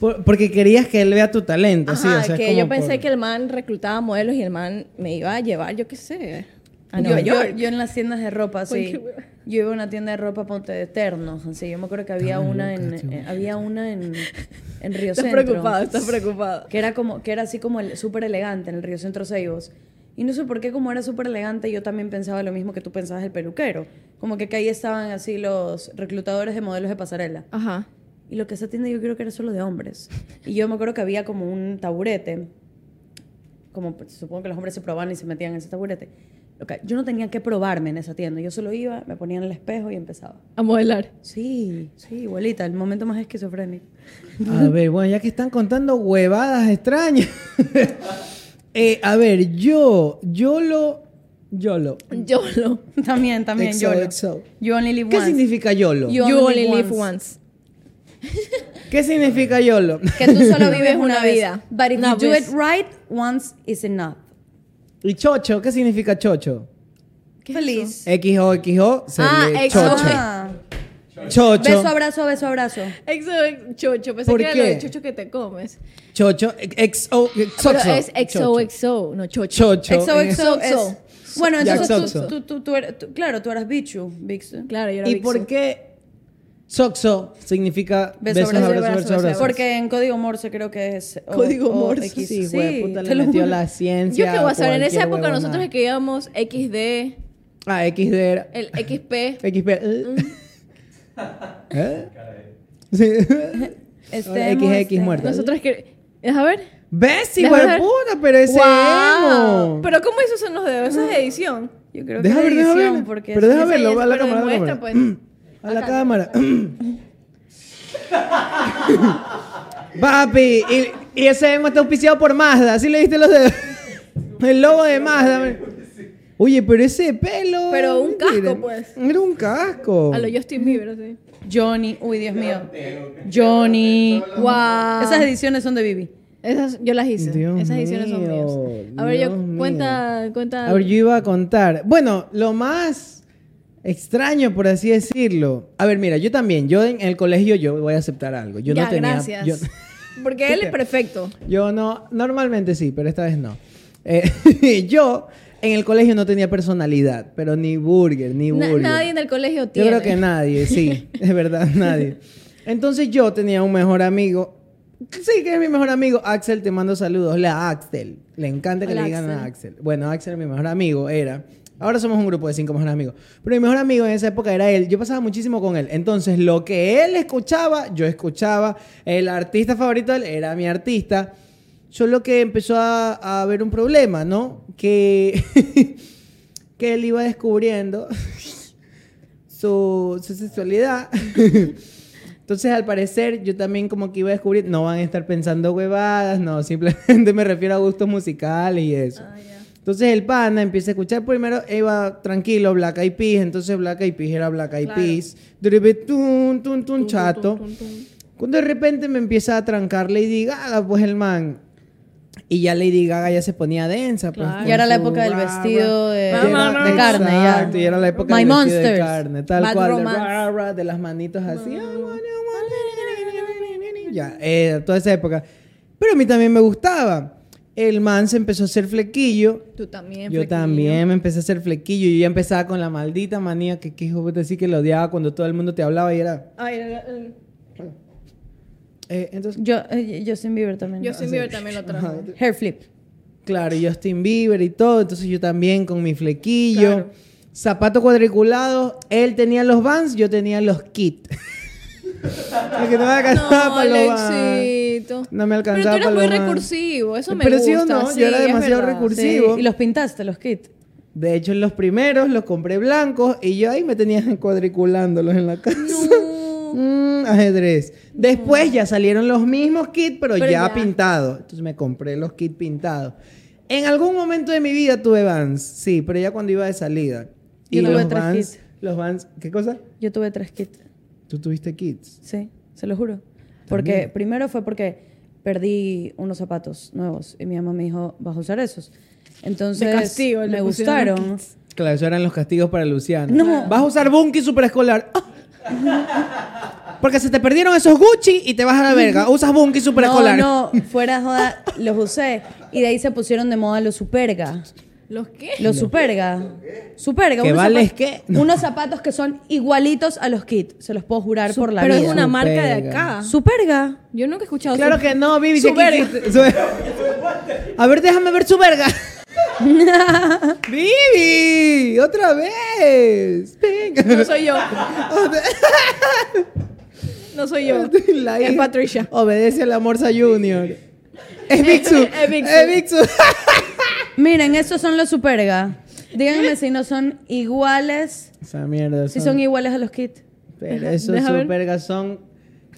Speaker 1: Por- porque querías que él vea tu talento, sí,
Speaker 5: Ajá,
Speaker 1: o sea, es
Speaker 5: que
Speaker 1: como
Speaker 5: yo pensé
Speaker 1: por-
Speaker 5: que el man reclutaba modelos y el man me iba a llevar, yo qué sé,
Speaker 1: Ah,
Speaker 5: a
Speaker 2: yo,
Speaker 5: Nueva
Speaker 2: Ah, yo-
Speaker 5: York.
Speaker 2: yo en las tiendas de ropa,
Speaker 5: Uy, qué
Speaker 2: sí.
Speaker 5: hueva.
Speaker 2: Yo iba a una tienda de ropa Ponte de Eternos, así. Yo me acuerdo que había una en, eh, había una en, en Río
Speaker 5: Estás
Speaker 2: Centro.
Speaker 5: preocupado, estás preocupado.
Speaker 2: Que era, como, que era así como el- súper elegante en el Río Centro Seibos. Y no sé por qué, como era súper elegante, yo también pensaba lo mismo que tú pensabas del peluquero. Como que, que ahí estaban así los reclutadores de modelos de pasarela.
Speaker 5: Ajá.
Speaker 2: Y lo que esa tienda yo creo que era solo de hombres. Y yo me acuerdo que había como un taburete. Como pues, supongo que los hombres se probaban y se metían en ese taburete. Lo que- yo no tenía que probarme en esa tienda. Yo solo iba, me ponía en el espejo y empezaba.
Speaker 5: A modelar.
Speaker 2: Sí, sí, igualita. El momento más esquizofrénico.
Speaker 1: A ver, bueno, ya que están contando huevadas extrañas. [laughs] Eh, a ver, yo, yo lo, yo lo.
Speaker 5: YOLO.
Speaker 2: [laughs] también, también.
Speaker 1: Exo,
Speaker 2: yo
Speaker 1: exo.
Speaker 2: You only live
Speaker 1: ¿Qué
Speaker 2: once.
Speaker 1: significa YOLO?
Speaker 2: You
Speaker 5: You,
Speaker 2: only
Speaker 5: only
Speaker 2: live
Speaker 5: live once.
Speaker 1: ¿Qué significa YOLO?
Speaker 2: Que tú
Speaker 5: [laughs]
Speaker 2: solo vives una
Speaker 5: vez.
Speaker 2: vida. But if
Speaker 5: Una
Speaker 2: you do
Speaker 5: vez.
Speaker 2: it right, once is enough.
Speaker 1: [laughs] ¿Y chocho? ¿Qué significa chocho?
Speaker 2: Feliz.
Speaker 1: XOXO se
Speaker 5: Ah,
Speaker 1: lee
Speaker 5: exo.
Speaker 1: chocho.
Speaker 2: Ah,
Speaker 1: Chocho.
Speaker 2: Beso, abrazo, beso, abrazo.
Speaker 5: Exo, chocho, pensé
Speaker 1: ¿Por
Speaker 5: que era lo
Speaker 1: qué?
Speaker 5: de chocho que te comes.
Speaker 1: Chocho. XO.
Speaker 5: Pero
Speaker 1: Xoxo.
Speaker 5: es exo,
Speaker 1: Chocho.
Speaker 5: exo, no chocho.
Speaker 1: Chocho.
Speaker 2: Exo,
Speaker 1: en-
Speaker 2: exo,
Speaker 5: Xoxo.
Speaker 2: es- Bueno,
Speaker 1: Ya,
Speaker 2: entonces tú,
Speaker 1: Xoxo.
Speaker 2: tú, tú, tú eres- tú- claro, tú eras bichu, Bixu.
Speaker 5: Claro, yo era
Speaker 1: ¿Y
Speaker 5: Big
Speaker 1: por
Speaker 5: Su.
Speaker 1: qué Soxo significa
Speaker 2: Beso,
Speaker 1: besos,
Speaker 2: abrazo,
Speaker 1: abrazos,
Speaker 5: abrazo,
Speaker 1: besos, abrazos?
Speaker 2: Porque en código Morse creo que es o-
Speaker 5: Código
Speaker 2: o
Speaker 5: Morse.
Speaker 2: X.
Speaker 1: Sí, güey, puta,
Speaker 2: te
Speaker 1: le
Speaker 2: lo
Speaker 1: metió
Speaker 2: juro.
Speaker 1: la ciencia.
Speaker 5: Yo qué voy a saber, en esa
Speaker 1: cualquier
Speaker 5: época
Speaker 1: huevonada.
Speaker 5: nosotros escribíamos XD,
Speaker 1: Ah, XD era...
Speaker 5: el
Speaker 1: [laughs]
Speaker 5: XP.
Speaker 1: XP. eh.
Speaker 5: [laughs]
Speaker 1: ¿Eh? Sí. [laughs]
Speaker 2: Este,
Speaker 1: XX
Speaker 2: Morse.
Speaker 1: muerto.
Speaker 5: Nosotros escribíamos. A ver.
Speaker 1: ¿Ves,
Speaker 5: Deja
Speaker 1: hijo de
Speaker 5: ver.
Speaker 1: puta? Pero ese
Speaker 5: Guau.
Speaker 1: emo.
Speaker 5: Pero ¿cómo eso son los dedos? Eso es edición.
Speaker 2: Yo creo
Speaker 1: Deja
Speaker 2: que
Speaker 1: ver,
Speaker 2: es
Speaker 1: deja
Speaker 2: edición,
Speaker 1: ver.
Speaker 2: porque
Speaker 1: Pero
Speaker 2: es-
Speaker 1: deja
Speaker 5: esa
Speaker 1: verlo,
Speaker 5: ya
Speaker 1: a
Speaker 5: es-
Speaker 1: la
Speaker 5: pero
Speaker 1: cámara. a la
Speaker 5: demuestra,
Speaker 1: cámara. A
Speaker 5: Acá.
Speaker 1: la cámara. Papi, y, y ese emo está auspiciado por Mazda. ¿Sí le diste los dedos? El logo de Mazda. men. Oye, pero ese pelo.
Speaker 5: Pero
Speaker 1: era
Speaker 5: un casco,
Speaker 1: mentira.
Speaker 5: pues.
Speaker 1: Era un casco.
Speaker 5: A lo Justin Bieber, sí.
Speaker 2: Johnny, uy, Dios mío. Johnny.
Speaker 5: Guau.
Speaker 2: Esas ediciones son de Bibi.
Speaker 5: Esas yo las hice.
Speaker 1: Dios
Speaker 5: Esas ediciones son mías. A ver,
Speaker 1: Dios mío.
Speaker 5: yo cuenta, cuenta.
Speaker 1: A ver, yo iba a contar. Bueno, lo más extraño, por así decirlo. A ver, mira, yo también. Yo en el colegio yo voy a aceptar algo. Yo
Speaker 5: ya,
Speaker 1: no tenía.
Speaker 5: gracias.
Speaker 1: Yo,
Speaker 5: [laughs] Porque él
Speaker 1: ¿Qué
Speaker 5: es
Speaker 1: te-
Speaker 5: perfecto.
Speaker 1: yo no. Normalmente sí, pero esta vez no. Eh, [laughs] yo en el colegio no tenía personalidad, pero ni burger, ni
Speaker 5: Na-
Speaker 1: burger.
Speaker 5: nadie en el colegio
Speaker 1: Yo
Speaker 5: tiene.
Speaker 1: creo que nadie, sí,
Speaker 5: [laughs]
Speaker 1: es verdad, nadie. Entonces yo tenía un mejor amigo, sí, que es mi mejor amigo, Axel, te mando saludos, la Axel, le encanta que
Speaker 5: Hola,
Speaker 1: le digan a
Speaker 5: Axel.
Speaker 1: Axel. Bueno, Axel, mi mejor amigo, era, ahora somos un grupo de cinco mejores amigos, pero mi mejor amigo en esa época era él, yo pasaba muchísimo con él, entonces lo que él escuchaba, yo escuchaba, el artista favorito de él era mi artista, solo que empezó a, a haber un problema, ¿no? Que, [laughs] que él iba descubriendo [laughs] su, su sexualidad. [laughs] Entonces, al parecer, yo también como que iba a descubrir, no van a estar pensando huevadas, no, [laughs] simplemente me refiero a gustos musicales y eso.
Speaker 2: Ah,
Speaker 1: Entonces el pana empieza a escuchar primero, iba tranquilo, Black Eyed Peas, entonces Black Eyed Peas era Black Eyed Peas, dribe, tun, tun, tun, chato. Cuando de repente me empieza a trancar Lady Gaga, pues el man. Y ya Lady Gaga ya se ponía densa. Pues,
Speaker 5: Claro.
Speaker 1: con
Speaker 2: Y era la
Speaker 1: su
Speaker 2: época del
Speaker 1: ra,
Speaker 2: vestido
Speaker 1: ra.
Speaker 2: de-
Speaker 1: Y era-
Speaker 5: de
Speaker 2: carne, ya.
Speaker 1: Exacto, y era la época
Speaker 2: My
Speaker 1: del vestido de
Speaker 2: Monsters.
Speaker 1: carne, tal
Speaker 5: Bad
Speaker 1: cual. de
Speaker 5: Romance.
Speaker 1: ra, ra, de las manitos así. ah, Ya, eh, toda esa época. Pero a mí también me gustaba. El man se empezó a hacer flequillo.
Speaker 5: Tú también.
Speaker 1: Yo
Speaker 5: flequillo.
Speaker 1: también me empecé a hacer flequillo. Yo ya empezaba con la maldita manía que, que hijo puta, así que lo odiaba cuando todo el mundo te hablaba y era.
Speaker 5: Ay, el- el-
Speaker 1: eh, entonces,
Speaker 2: Yo, eh, Justin Bieber también.
Speaker 5: Justin Bieber también lo trajo.
Speaker 2: Hair flip.
Speaker 1: claro, y Justin Bieber y todo. Entonces yo también con mi flequillo.
Speaker 5: Claro.
Speaker 1: Zapato cuadriculado. Él tenía los Vans, yo tenía los
Speaker 5: [laughs]
Speaker 1: Kit. Porque no me alcanzaba
Speaker 5: [laughs] No,
Speaker 1: para los Vans.
Speaker 5: Alexito.
Speaker 1: No me alcanzaba
Speaker 5: Pero tú
Speaker 1: para
Speaker 5: eres
Speaker 1: lo más.
Speaker 5: muy recursivo, eso me
Speaker 1: Pero
Speaker 5: gusta.
Speaker 1: sí o no, yo era
Speaker 5: es
Speaker 1: demasiado
Speaker 5: verdad.
Speaker 1: recursivo.
Speaker 2: Sí,
Speaker 1: Cursivo.
Speaker 2: y los pintaste, los kits.
Speaker 1: De hecho, los primeros los compré blancos y yo ahí me tenía [laughs] cuadriculándolos en la casa. Mm, ajedrez. Después ya salieron los mismos kits, pero,
Speaker 5: Pero
Speaker 1: ya,
Speaker 5: ya.
Speaker 1: pintados. Entonces me compré los kits pintados. En algún momento de mi vida tuve Vans, sí, pero ya cuando iba de salida.
Speaker 2: Yo
Speaker 1: y
Speaker 2: tuve
Speaker 1: los
Speaker 2: tres
Speaker 1: Vans,
Speaker 2: kits.
Speaker 1: los Vans, ¿qué cosa?
Speaker 2: Yo tuve tres kits.
Speaker 1: Tú tuviste kits.
Speaker 2: Sí, se lo juro. Porque primero fue porque perdí unos zapatos nuevos y mi mamá me dijo, vas a usar esos. Entonces
Speaker 5: castigo, le
Speaker 2: me
Speaker 5: pusieron
Speaker 2: gustaron.
Speaker 1: Claro, esos eran los castigos para Luciano.
Speaker 2: No.
Speaker 1: Vas a usar Bunky superescolar. ¡Ah! Porque se te perdieron esos Gucci y te vas a la
Speaker 2: [laughs]
Speaker 1: verga. Usas Bunky superescolar.
Speaker 2: No, no, fuera de joda, los usé. Y de ahí se pusieron de moda los superga.
Speaker 5: ¿Los qué?
Speaker 2: Los superga. Superga.
Speaker 1: ¿Que
Speaker 2: unos
Speaker 1: vales
Speaker 2: zapatos-
Speaker 1: qué?
Speaker 2: Unos zapatos que son igualitos a los kits. Se los puedo jurar por la
Speaker 5: Pero
Speaker 2: vida.
Speaker 5: es una marca de
Speaker 1: Superga.
Speaker 5: acá.
Speaker 2: Superga.
Speaker 5: Yo nunca he escuchado
Speaker 1: Claro
Speaker 5: su-
Speaker 1: que no, Vivi.
Speaker 5: Su
Speaker 1: ¿qué
Speaker 5: verga.
Speaker 1: quisiste? Su- A ver, déjame ver su verga. Vivi, otra vez. Venga.
Speaker 5: No soy yo.
Speaker 1: [laughs]
Speaker 5: No soy yo.
Speaker 1: La
Speaker 5: Es
Speaker 1: hija
Speaker 5: Patricia.
Speaker 1: Obedece a la Morsa Junior. Es Bixu.
Speaker 5: Es Big Su.
Speaker 1: Es Bixu.
Speaker 2: Miren, estos son los superga. Díganme si no son iguales.
Speaker 1: [laughs] Esa mierda.
Speaker 2: Si son iguales a los kits.
Speaker 1: Pero esos
Speaker 5: Deja ver.
Speaker 1: supergas son.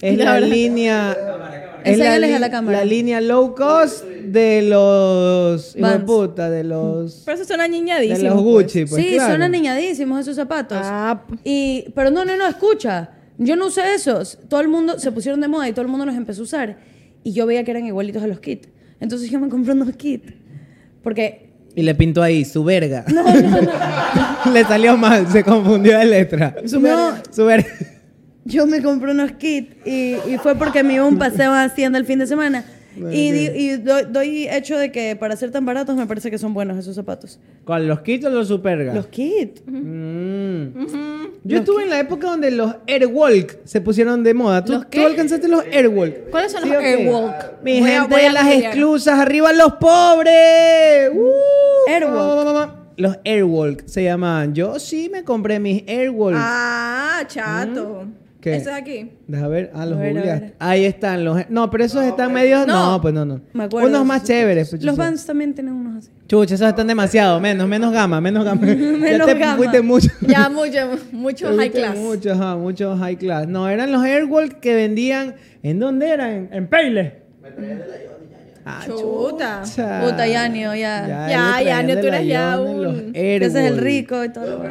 Speaker 1: Es
Speaker 5: Ya,
Speaker 1: la,
Speaker 5: ahora.
Speaker 1: línea. Es la,
Speaker 2: Enséñales a
Speaker 1: li-
Speaker 2: la cámara.
Speaker 1: la línea low cost de los. hijo de
Speaker 2: Vans.
Speaker 1: puta, de los.
Speaker 5: Pero eso son
Speaker 1: De
Speaker 5: añaditos.
Speaker 1: los Gucci, pues.
Speaker 2: sí,
Speaker 1: claro.
Speaker 2: son aniñadísimos esos zapatos.
Speaker 5: Ah, p-
Speaker 2: Y, pero no, no, no, escucha. Yo no usé esos. Todo el mundo se pusieron de moda y todo el mundo los empezó a usar. Y yo veía que eran igualitos a los kits. Entonces yo me compré unos kits. Porque.
Speaker 1: Y le pintó ahí, su verga. [laughs] le salió mal, se confundió de letra.
Speaker 2: Su verga.
Speaker 1: Su verga.
Speaker 2: yo me compré unos kits y, y fue porque me iba a un paseo a Hacienda el fin de semana. y di- y doy, doy hecho de que para ser tan baratos me parece que son buenos esos zapatos.
Speaker 1: ¿Con los kits o los supergas?
Speaker 2: Los kits.
Speaker 1: Mm. Yo estuve en la época donde los Airwalk se pusieron de moda. ¿Tú,
Speaker 5: ¿Los
Speaker 1: tú
Speaker 5: qué?
Speaker 1: alcanzaste los Airwalk?
Speaker 5: ¿Cuáles son los
Speaker 1: o qué?
Speaker 5: Airwalk?
Speaker 1: Mi
Speaker 5: Voy a-
Speaker 1: gente
Speaker 5: voy a
Speaker 1: de las
Speaker 5: googlear.
Speaker 1: esclusas, arriba los pobres. Uh,
Speaker 2: Airwalk.
Speaker 1: va, va, va, va. Los Airwalk se llamaban. Yo sí me compré mis Airwalk.
Speaker 5: Ah, chato.
Speaker 1: ¿Mm? ¿Qué?
Speaker 5: ¿Eso es aquí?
Speaker 1: Deja ver, ah, los
Speaker 2: A ver, a
Speaker 1: googleaste.
Speaker 2: ver.
Speaker 1: Ahí están los. No, pero esos están medio. No.
Speaker 5: No.
Speaker 1: pues no, no.
Speaker 2: Me acuerdo
Speaker 1: Unos
Speaker 2: de
Speaker 1: más
Speaker 2: esos.
Speaker 1: chéveres. pues,
Speaker 2: Los
Speaker 1: chucha.
Speaker 2: Vans también tienen unos así.
Speaker 1: Chucha, esos están demasiado. Menos, menos gama, menos
Speaker 2: [laughs]
Speaker 1: gama. ya
Speaker 2: Menos
Speaker 1: te
Speaker 2: gama.
Speaker 1: fuiste
Speaker 2: [laughs]
Speaker 1: mucho.
Speaker 5: Ya, mucho,
Speaker 1: [laughs]
Speaker 5: mucho
Speaker 1: Te
Speaker 5: high
Speaker 1: fuiste
Speaker 5: class.
Speaker 1: Mucho, ajá, mucho high class. No, eran los Airwalk que vendían. ¿En dónde eran? En, en Payle. Ah,
Speaker 5: Chuta.
Speaker 1: chucha.
Speaker 2: Puta, Yanio, ya.
Speaker 1: Ya,
Speaker 5: Ya,
Speaker 1: ellos
Speaker 5: ya,
Speaker 1: traían
Speaker 5: no,
Speaker 1: de
Speaker 5: tú
Speaker 1: la
Speaker 5: eres ya
Speaker 1: Yona en los Eh,
Speaker 5: un-
Speaker 2: Que ese es el
Speaker 1: Airwalk.
Speaker 2: rico y todo.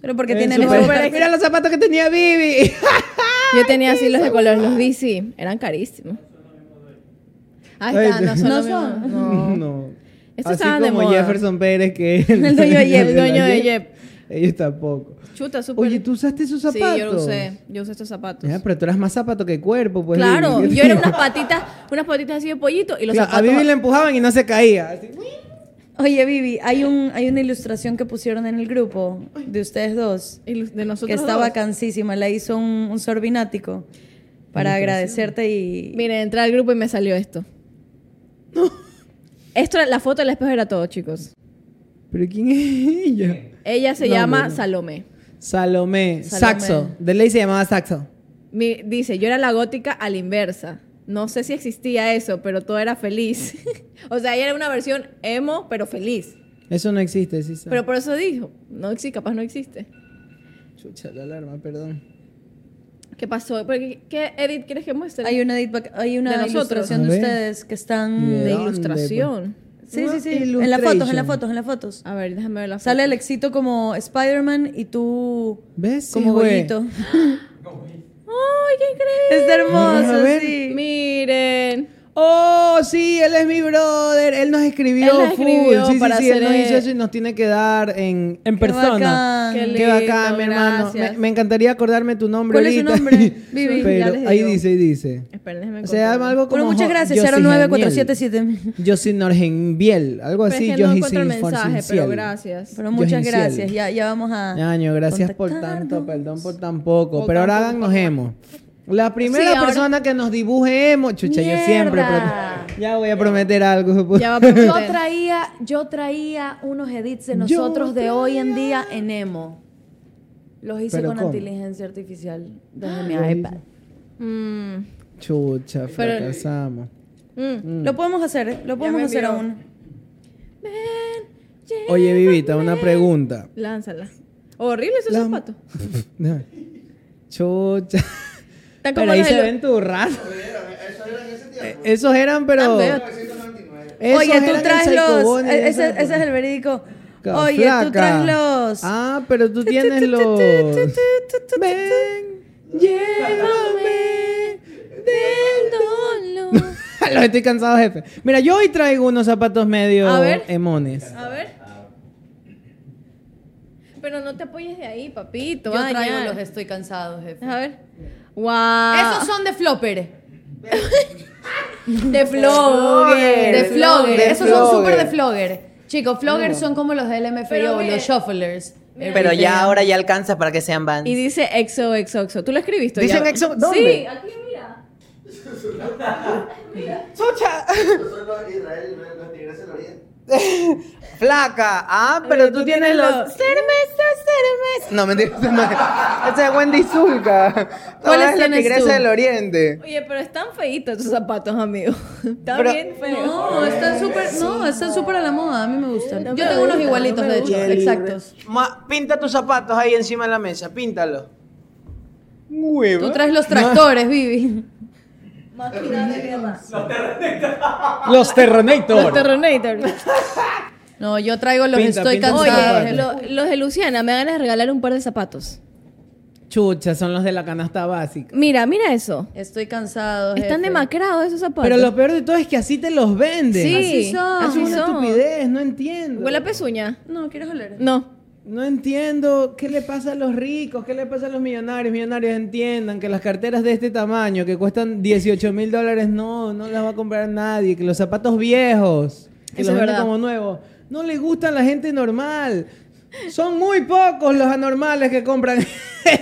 Speaker 2: Solo porque
Speaker 1: El
Speaker 2: tienen
Speaker 1: super- [laughs]
Speaker 2: esos
Speaker 1: Mira los zapatos que tenía Vivi.
Speaker 5: Yo tenía así los de color, los DC, eran carísimos. Ahí
Speaker 1: Ay,
Speaker 5: está, no son.
Speaker 1: [laughs]
Speaker 2: ¿no
Speaker 5: lo mismo, [laughs]
Speaker 2: son?
Speaker 5: No.
Speaker 1: No.
Speaker 5: Estos
Speaker 1: Así
Speaker 5: estaban de
Speaker 1: como
Speaker 5: moda.
Speaker 1: Jefferson Pérez, que es
Speaker 5: El dueño de Yep. El dueño de
Speaker 1: Yep.
Speaker 5: Yep.
Speaker 1: Ellos tampoco.
Speaker 5: Chuta, súper.
Speaker 1: Oye, ¿tú usaste esos
Speaker 5: Sí,
Speaker 1: zapatos?
Speaker 5: yo lo usé. Yo usé estos zapatos.
Speaker 1: Ya, pero tú eras más zapato que cuerpo, pues.
Speaker 5: claro,
Speaker 1: Vivi.
Speaker 5: yo era unas patitas, unas patitas así de pollito y los
Speaker 1: Claro, A
Speaker 5: zapatos.
Speaker 1: Vivi la empujaban y no se caía. Así.
Speaker 2: Oye, Vivi, hay, un, hay una ilustración que pusieron en el grupo de ustedes dos
Speaker 5: y los- de nosotros
Speaker 2: que está
Speaker 5: dos.
Speaker 2: vacancísima. La hizo un, un sorbinático para agradecerte y...
Speaker 5: Miren, entré al grupo y me salió esto. Esto, era- la foto del espejo era todo, chicos.
Speaker 1: Pero ¿quién es ella?
Speaker 5: Ella se
Speaker 1: No,
Speaker 5: llama
Speaker 1: bueno.
Speaker 5: Salomé.
Speaker 1: Salomé.
Speaker 5: Salomé.
Speaker 1: Saxo. De ley se llamaba Saxo.
Speaker 5: Mi- dice, yo era la gótica a la inversa. No sé si existía eso, pero todo era feliz. [laughs] o sea, ella era una versión emo, pero feliz.
Speaker 1: Eso no existe, sí. sabe.
Speaker 5: Pero por eso dijo, no existe, capaz no existe.
Speaker 1: Chucha, la alarma, perdón.
Speaker 5: ¿Qué pasó? Porque, ¿Qué edit quieres que muestre?
Speaker 2: Hay una, edit back- hay una
Speaker 5: De nosotros.
Speaker 2: ilustración
Speaker 1: A
Speaker 2: de
Speaker 1: ver.
Speaker 2: ustedes que están...
Speaker 1: ¿De
Speaker 5: de
Speaker 1: dónde,
Speaker 5: ilustración.
Speaker 1: pues.
Speaker 2: Sí, sí, sí.
Speaker 1: Una
Speaker 2: En las fotos, en las
Speaker 1: illustration.
Speaker 2: fotos, en las fotos.
Speaker 5: A ver, déjame ver la foto.
Speaker 2: Sale el éxito como Spider-Man y tú
Speaker 1: ¿Ves?
Speaker 2: como
Speaker 1: güey.
Speaker 2: bollito.
Speaker 5: ¡Ay, qué increíble!
Speaker 2: [laughs] Es
Speaker 1: A
Speaker 2: hermoso,
Speaker 1: ver.
Speaker 2: sí.
Speaker 5: Miren.
Speaker 1: Oh, sí, él es mi brother. Él nos escribió.
Speaker 5: Él nos
Speaker 1: full.
Speaker 5: escribió
Speaker 1: sí, sí,
Speaker 5: para
Speaker 1: sí. Él nos
Speaker 5: hacer-
Speaker 1: hizo eso y nos tiene que dar en, en
Speaker 2: Qué
Speaker 1: persona.
Speaker 2: bacán. Qué
Speaker 1: Qué bacán,
Speaker 5: lindo,
Speaker 1: mi hermano. Me,
Speaker 5: gracias.
Speaker 1: me encantaría acordarme tu nombre
Speaker 2: ¿Cuál es su
Speaker 1: ahorita. [laughs]
Speaker 2: nombre? Vivi, ya
Speaker 1: Pero
Speaker 5: les
Speaker 1: ahí
Speaker 5: digo.
Speaker 1: dice, ahí dice.
Speaker 5: Esperen, déjame
Speaker 1: O sea,
Speaker 5: encontrar.
Speaker 1: algo como.
Speaker 2: Bueno, muchas gracias. 09477.
Speaker 1: Yo soy Norgenbiel. Algo
Speaker 5: Pero es
Speaker 1: así.
Speaker 5: Pues que
Speaker 1: yo
Speaker 5: no
Speaker 1: sí
Speaker 5: encuentro el
Speaker 1: sin
Speaker 5: mensaje, pero
Speaker 1: Forcinciel.
Speaker 5: gracias.
Speaker 2: Pero
Speaker 1: Yo
Speaker 2: muchas
Speaker 1: inicial.
Speaker 2: gracias. Ya, ya vamos a...
Speaker 1: Ñaño, gracias por
Speaker 2: contactarnos.
Speaker 1: tanto, perdón por tan poco.
Speaker 5: Por
Speaker 1: pero
Speaker 5: tan
Speaker 1: ahora
Speaker 5: poco,
Speaker 1: háganos
Speaker 5: por
Speaker 1: emo. La primera
Speaker 5: Sí, ahora-
Speaker 1: persona que nos dibuje emo. Chucha, yo siempre.
Speaker 2: Mierda.
Speaker 1: prometo- Ya voy a prometer algo.
Speaker 5: [laughs] Ya va a
Speaker 2: Yo
Speaker 5: prometer.
Speaker 2: traía, yo traía unos edits de nosotros de hoy en día en emo. Los hice
Speaker 1: ¿Pero
Speaker 2: con
Speaker 1: cómo?
Speaker 2: inteligencia artificial desde mi
Speaker 1: Lo
Speaker 2: iPad.
Speaker 5: Mm,
Speaker 1: Chucha, fracasamos.
Speaker 5: mm.
Speaker 2: Lo podemos hacer, ¿eh? lo podemos
Speaker 5: me
Speaker 2: hacer
Speaker 5: envió.
Speaker 2: aún.
Speaker 5: Ven,
Speaker 1: Oye, Vivita, una pregunta. [laughs]
Speaker 5: Lánzala. Horrible esos
Speaker 1: La-
Speaker 5: zapatos.
Speaker 1: Chucha.
Speaker 5: Están como
Speaker 1: Pero ahí
Speaker 5: los de
Speaker 1: se
Speaker 5: lo-
Speaker 1: ven tu raza. Esos eran, pero.
Speaker 5: Ah,
Speaker 1: Esos
Speaker 2: Oye, tú
Speaker 1: eran
Speaker 2: traes
Speaker 1: el
Speaker 2: los.
Speaker 1: Saicobone de
Speaker 2: e- Ese,
Speaker 1: esa
Speaker 2: ese es
Speaker 1: época.
Speaker 2: el verídico.
Speaker 1: Ca-
Speaker 2: Oye, tú
Speaker 1: flaca.
Speaker 2: traes los.
Speaker 1: Ah, pero tú tienes los. Ven, llévame del dolor.
Speaker 7: [laughs]
Speaker 1: los estoy cansado, jefe. Mira, yo hoy traigo unos zapatos medio
Speaker 5: A ver.
Speaker 1: emones.
Speaker 5: A ver. Pero no te apoyes de ahí, papito.
Speaker 2: Yo
Speaker 5: ay,
Speaker 2: traigo
Speaker 5: ya.
Speaker 2: los, estoy cansado, jefe.
Speaker 5: A ver. Wow.
Speaker 2: Esos son Ah. de flopper.
Speaker 5: de flogger.
Speaker 2: De flogger.
Speaker 1: De
Speaker 2: Esos son
Speaker 1: flogger.
Speaker 2: súper de flogger. Chicos, flogger son como los del
Speaker 5: Pero
Speaker 2: MFAO,
Speaker 5: mire-
Speaker 2: los shufflers.
Speaker 7: Pero ya ahora ya alcanza para que sean bands.
Speaker 5: Y dice exo, exo, exo. ¿Tú lo escribiste?
Speaker 1: ¿Dicen
Speaker 5: ya?
Speaker 1: exo? ¿Dónde?
Speaker 5: Sí, aquí mira.
Speaker 7: [laughs] Flaca. Ah, pero tú, tienes, los. Cerveza, cerveza. [laughs] No, mentira. esa madre- Esa es Wendy Zulka.
Speaker 5: ¿Cuáles
Speaker 7: es la
Speaker 5: tienes
Speaker 7: tigresa
Speaker 5: tú?
Speaker 7: del Oriente.
Speaker 5: Oye, pero están feitos tus zapatos, amigo. [laughs] Están
Speaker 7: Pero-
Speaker 5: bien feos.
Speaker 2: No, están súper, no, están súper a la moda, a mí me gustan. Yo tengo unos igualitos, de hecho, exactos.
Speaker 7: Ma- pinta tus zapatos ahí encima de la mesa. Píntalos. Huevo.
Speaker 2: Tú traes los tractores, Vivi.
Speaker 1: Los Terronator.
Speaker 5: Los Terronator.
Speaker 2: No, yo traigo los
Speaker 1: Pinta,
Speaker 2: estoy
Speaker 1: pinta
Speaker 2: cansado.
Speaker 5: Oye,
Speaker 1: zapatos.
Speaker 2: jefe.
Speaker 5: lo- los de Luciana me van a regalar un par de zapatos.
Speaker 1: Chucha, son los de la canasta básica.
Speaker 5: Mira, mira eso.
Speaker 2: Estoy cansado.
Speaker 5: Están
Speaker 2: jefe.
Speaker 5: demacrados esos zapatos.
Speaker 1: Pero lo peor de todo es que así te los venden.
Speaker 5: Sí,
Speaker 1: Así
Speaker 5: así
Speaker 1: son. Es una
Speaker 5: son.
Speaker 1: estupidez, no entiendo.
Speaker 5: Huele a pezuña.
Speaker 2: No, ¿quieres oler?
Speaker 5: No.
Speaker 1: no entiendo qué le pasa a los ricos, qué le pasa a los millonarios. Millonarios entiendan que las carteras de este tamaño, que cuestan 18 mil dólares, no, no las va a comprar nadie. Que los zapatos viejos, que
Speaker 2: Eso
Speaker 1: los venden
Speaker 2: es verdad.
Speaker 1: como nuevos, no le gustan a la gente normal. Son muy pocos los anormales que compran [laughs]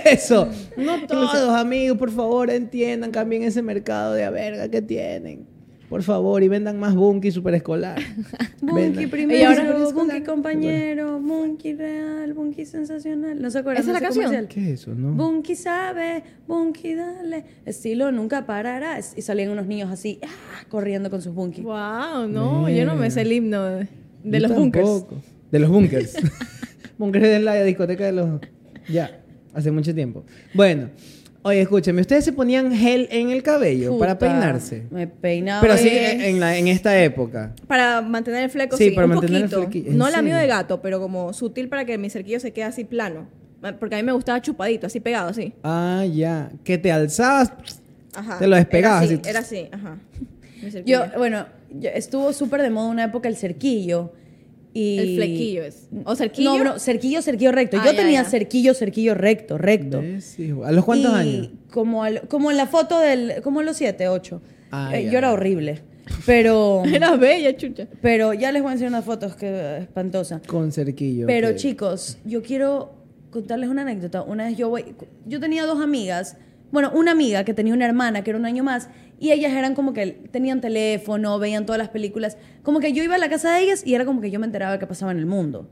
Speaker 1: eso. No todos, amigos, por favor, entiendan, cambien ese mercado de a verga que tienen. Por favor, y vendan más Bunky superescolar.
Speaker 2: [laughs] Bunky
Speaker 1: Vendan.
Speaker 2: primero,
Speaker 5: Y ahora-
Speaker 2: Bunky compañero, Bunky real, Bunky sensacional. ¿No se acuerdan?
Speaker 5: ¿Esa es
Speaker 2: de
Speaker 5: la
Speaker 2: ese
Speaker 5: canción?
Speaker 2: comercial?
Speaker 1: ¿Qué es eso? No.
Speaker 2: Bunky sabe, Bunky dale. Estilo nunca parará. Y salían unos niños así, ah, corriendo con sus Bunky.
Speaker 5: Wow, no, yo no me sé el himno de, de
Speaker 1: Yo
Speaker 5: los bunkers.
Speaker 1: tampoco. De los bunkers. [laughs] bunkers es la discoteca de los... Ya, hace mucho tiempo. Bueno, oye, escúchame, ustedes se ponían gel en el cabello para
Speaker 2: Puta,
Speaker 1: peinarse.
Speaker 2: Me peinaba.
Speaker 1: Pero sí,
Speaker 2: eh,
Speaker 1: en, la- en esta época.
Speaker 5: Para mantener el fleco,
Speaker 1: Sí,
Speaker 5: sí,
Speaker 1: para
Speaker 5: un
Speaker 1: mantener el
Speaker 5: poquito.
Speaker 1: flequillo. ¿En
Speaker 5: No la mío de
Speaker 1: serio?
Speaker 5: gato, pero como sutil para que mi cerquillo se quede así plano. Porque a mí me gustaba chupadito, así pegado, así.
Speaker 1: Ah, ya. Que te alzabas.
Speaker 5: Ajá.
Speaker 1: Te lo despegabas
Speaker 5: Era así,
Speaker 1: así.
Speaker 5: era así, ajá. Mi
Speaker 2: Yo,
Speaker 5: cerquillo.
Speaker 2: bueno, yo- estuvo súper de moda una época el cerquillo. Y...
Speaker 5: El flequillo es. ¿O cerquillo?
Speaker 2: No, no, cerquillo, cerquillo recto.
Speaker 5: Ah,
Speaker 2: yo
Speaker 5: ya,
Speaker 2: tenía
Speaker 5: ya.
Speaker 2: cerquillo, cerquillo recto, recto.
Speaker 1: ¿Ves, hijo? ¿A los cuántos
Speaker 2: Y
Speaker 1: años?
Speaker 2: Como, al- como en la foto del. Como en los 7, 8.
Speaker 1: Ah, ya.
Speaker 2: Yo era horrible. Pero.
Speaker 5: [laughs]
Speaker 2: [laughs]
Speaker 5: Era bella, chucha.
Speaker 2: Pero ya les voy a enseñar unas fotos que eh, espantosa.
Speaker 1: Con cerquillo.
Speaker 2: Pero
Speaker 1: ok.
Speaker 2: chicos, yo quiero contarles una anécdota. Una vez yo voy, yo tenía dos amigas, bueno, una amiga que tenía una hermana que era un año más y ellas eran como que tenían teléfono, veían todas las películas, como que yo iba a la casa de ellas y era como que yo me enteraba de qué pasaba en el mundo.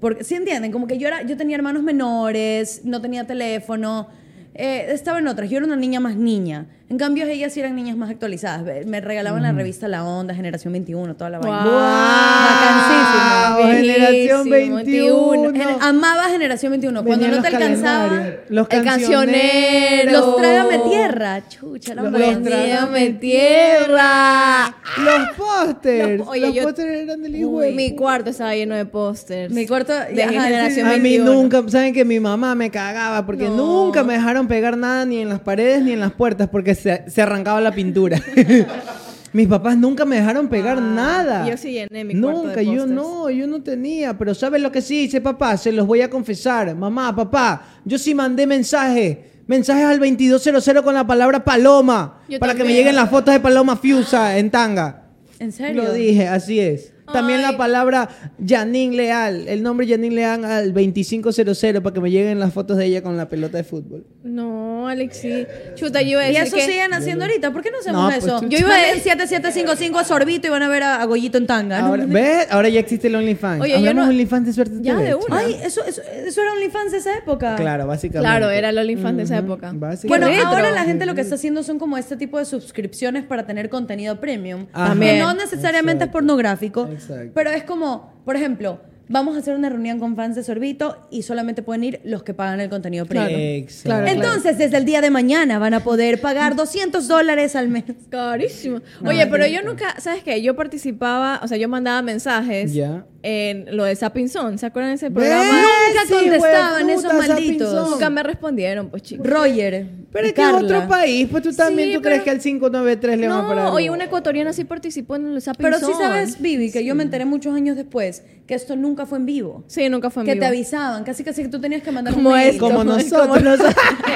Speaker 2: Porque, ¿sí entienden? Como que yo, era, yo tenía hermanos menores, no tenía teléfono, eh, estaba en otras. Yo era una niña más niña. En cambio, ellas sí eran niñas más actualizadas. Ve- Me regalaban la revista La Onda, Generación 21, toda la vaina.
Speaker 5: Guau. Bacanísimo.
Speaker 1: ¡Wow! Ah, Generación
Speaker 5: Viejísimo,
Speaker 1: 21.
Speaker 2: Gen- Amaba Generación 21. Cuando
Speaker 1: Venían
Speaker 2: no te
Speaker 1: los
Speaker 2: alcanzaba.
Speaker 1: calendarios. Los
Speaker 5: el cancionero.
Speaker 2: Los trágame tierra. Chucha, la
Speaker 1: Los-
Speaker 2: madre.
Speaker 1: los trágame
Speaker 5: Dígame tierra.
Speaker 1: Los pósters.
Speaker 5: Los-
Speaker 1: Los,
Speaker 5: Ah. oye, yo-
Speaker 1: pósters eran del hijo
Speaker 5: Uy, mi cuarto estaba lleno de pósters.
Speaker 2: Mi cuarto-
Speaker 5: de
Speaker 2: ajá,
Speaker 5: generación
Speaker 1: A mí
Speaker 5: 21.
Speaker 1: nunca, saben que mi mamá me cagaba porque
Speaker 5: No.
Speaker 1: nunca me dejaron pegar nada ni en las paredes ni en las puertas porque se, se arrancaba la pintura. [laughs] Mis papás nunca me dejaron pegar
Speaker 5: Ah,
Speaker 1: nada.
Speaker 5: yo sí llené mi cuarto de
Speaker 1: Nunca, yo
Speaker 5: pósters.
Speaker 1: no, yo no tenía. Pero ¿sabes lo que sí hice, papá? Se los voy a confesar. Mamá, papá, yo sí mandé mensajes. Mensajes al 2200 con la palabra paloma.
Speaker 5: Yo
Speaker 1: para que me
Speaker 5: también.
Speaker 1: lleguen las fotos de paloma Fiusa en tanga.
Speaker 2: ¿En serio?
Speaker 1: Lo dije, así es. También
Speaker 5: Ay.
Speaker 1: la palabra Janine Leal, el nombre Janine Leal al 2500 para que me lleguen las fotos de ella con la pelota de fútbol.
Speaker 5: No, Alexi. Chuta, yo iba a
Speaker 2: Y
Speaker 5: decir
Speaker 2: eso
Speaker 5: que-
Speaker 2: siguen haciendo ahorita. ¿Por qué no hacemos
Speaker 1: No, pues,
Speaker 2: eso?
Speaker 1: chucha.
Speaker 2: Yo iba a decir 7755 a Sorbito y van a ver a, a Goyito en tanga. ¿no?
Speaker 1: Ahora, ¿Ves? Ahora ya existe el OnlyFans.
Speaker 5: Oye, yo
Speaker 1: Hablamos
Speaker 5: no-
Speaker 1: OnlyFans de suerte.
Speaker 5: Ya,
Speaker 1: TV,
Speaker 5: de una.
Speaker 2: Ay, eso, eso, eso era OnlyFans de esa época.
Speaker 1: chico. Claro, básicamente.
Speaker 5: Claro, era el OnlyFans de esa época.
Speaker 1: básicamente.
Speaker 2: Bueno,
Speaker 5: Qué retro.
Speaker 2: ahora la gente lo que está haciendo son como este tipo de suscripciones para tener contenido premium.
Speaker 1: Ajá.
Speaker 2: Que no necesariamente es
Speaker 1: Exacto.
Speaker 2: pornográfico,
Speaker 1: Exacto.
Speaker 2: pero es como, por ejemplo, vamos a hacer una reunión con fans de Sorbito y solamente pueden ir los que pagan el contenido premium.
Speaker 1: Exacto.
Speaker 5: Claro, claro.
Speaker 2: Entonces, desde el día de mañana van a poder pagar 200 dólares al mes.
Speaker 5: Carísimo. Oye, pero yo nunca, ¿sabes qué? Yo participaba, o sea, yo mandaba mensajes
Speaker 1: Ya.
Speaker 5: en lo de Zapping Zone. ¿Se acuerdan de ese
Speaker 1: ¿Ves?
Speaker 5: programa?
Speaker 2: Nunca
Speaker 1: Sí,
Speaker 2: contestaban
Speaker 1: hueputa,
Speaker 2: esos
Speaker 1: Zapping
Speaker 2: malditos.
Speaker 1: Zone.
Speaker 5: Nunca me respondieron, pues chicos.
Speaker 2: Roger.
Speaker 1: Pero
Speaker 2: y
Speaker 1: es que es otro
Speaker 2: Carla.
Speaker 1: país, pues tú también,
Speaker 5: Sí,
Speaker 1: ¿tú crees
Speaker 5: pero-
Speaker 1: que al 593 le van a parar?
Speaker 5: No, oye,
Speaker 1: algo?
Speaker 5: una ecuatoriana sí participó en el Zapping
Speaker 2: Pero sí
Speaker 5: Zone.
Speaker 2: sabes, Vivi, que yo me enteré muchos años después que esto nunca fue en vivo.
Speaker 5: Sí, nunca fue en
Speaker 2: que
Speaker 5: vivo.
Speaker 2: te avisaban, casi casi que tú tenías que mandar
Speaker 5: Como
Speaker 2: un mail.
Speaker 5: esto.
Speaker 1: Como
Speaker 5: Como-
Speaker 1: nosotros.
Speaker 5: [laughs]
Speaker 1: [laughs]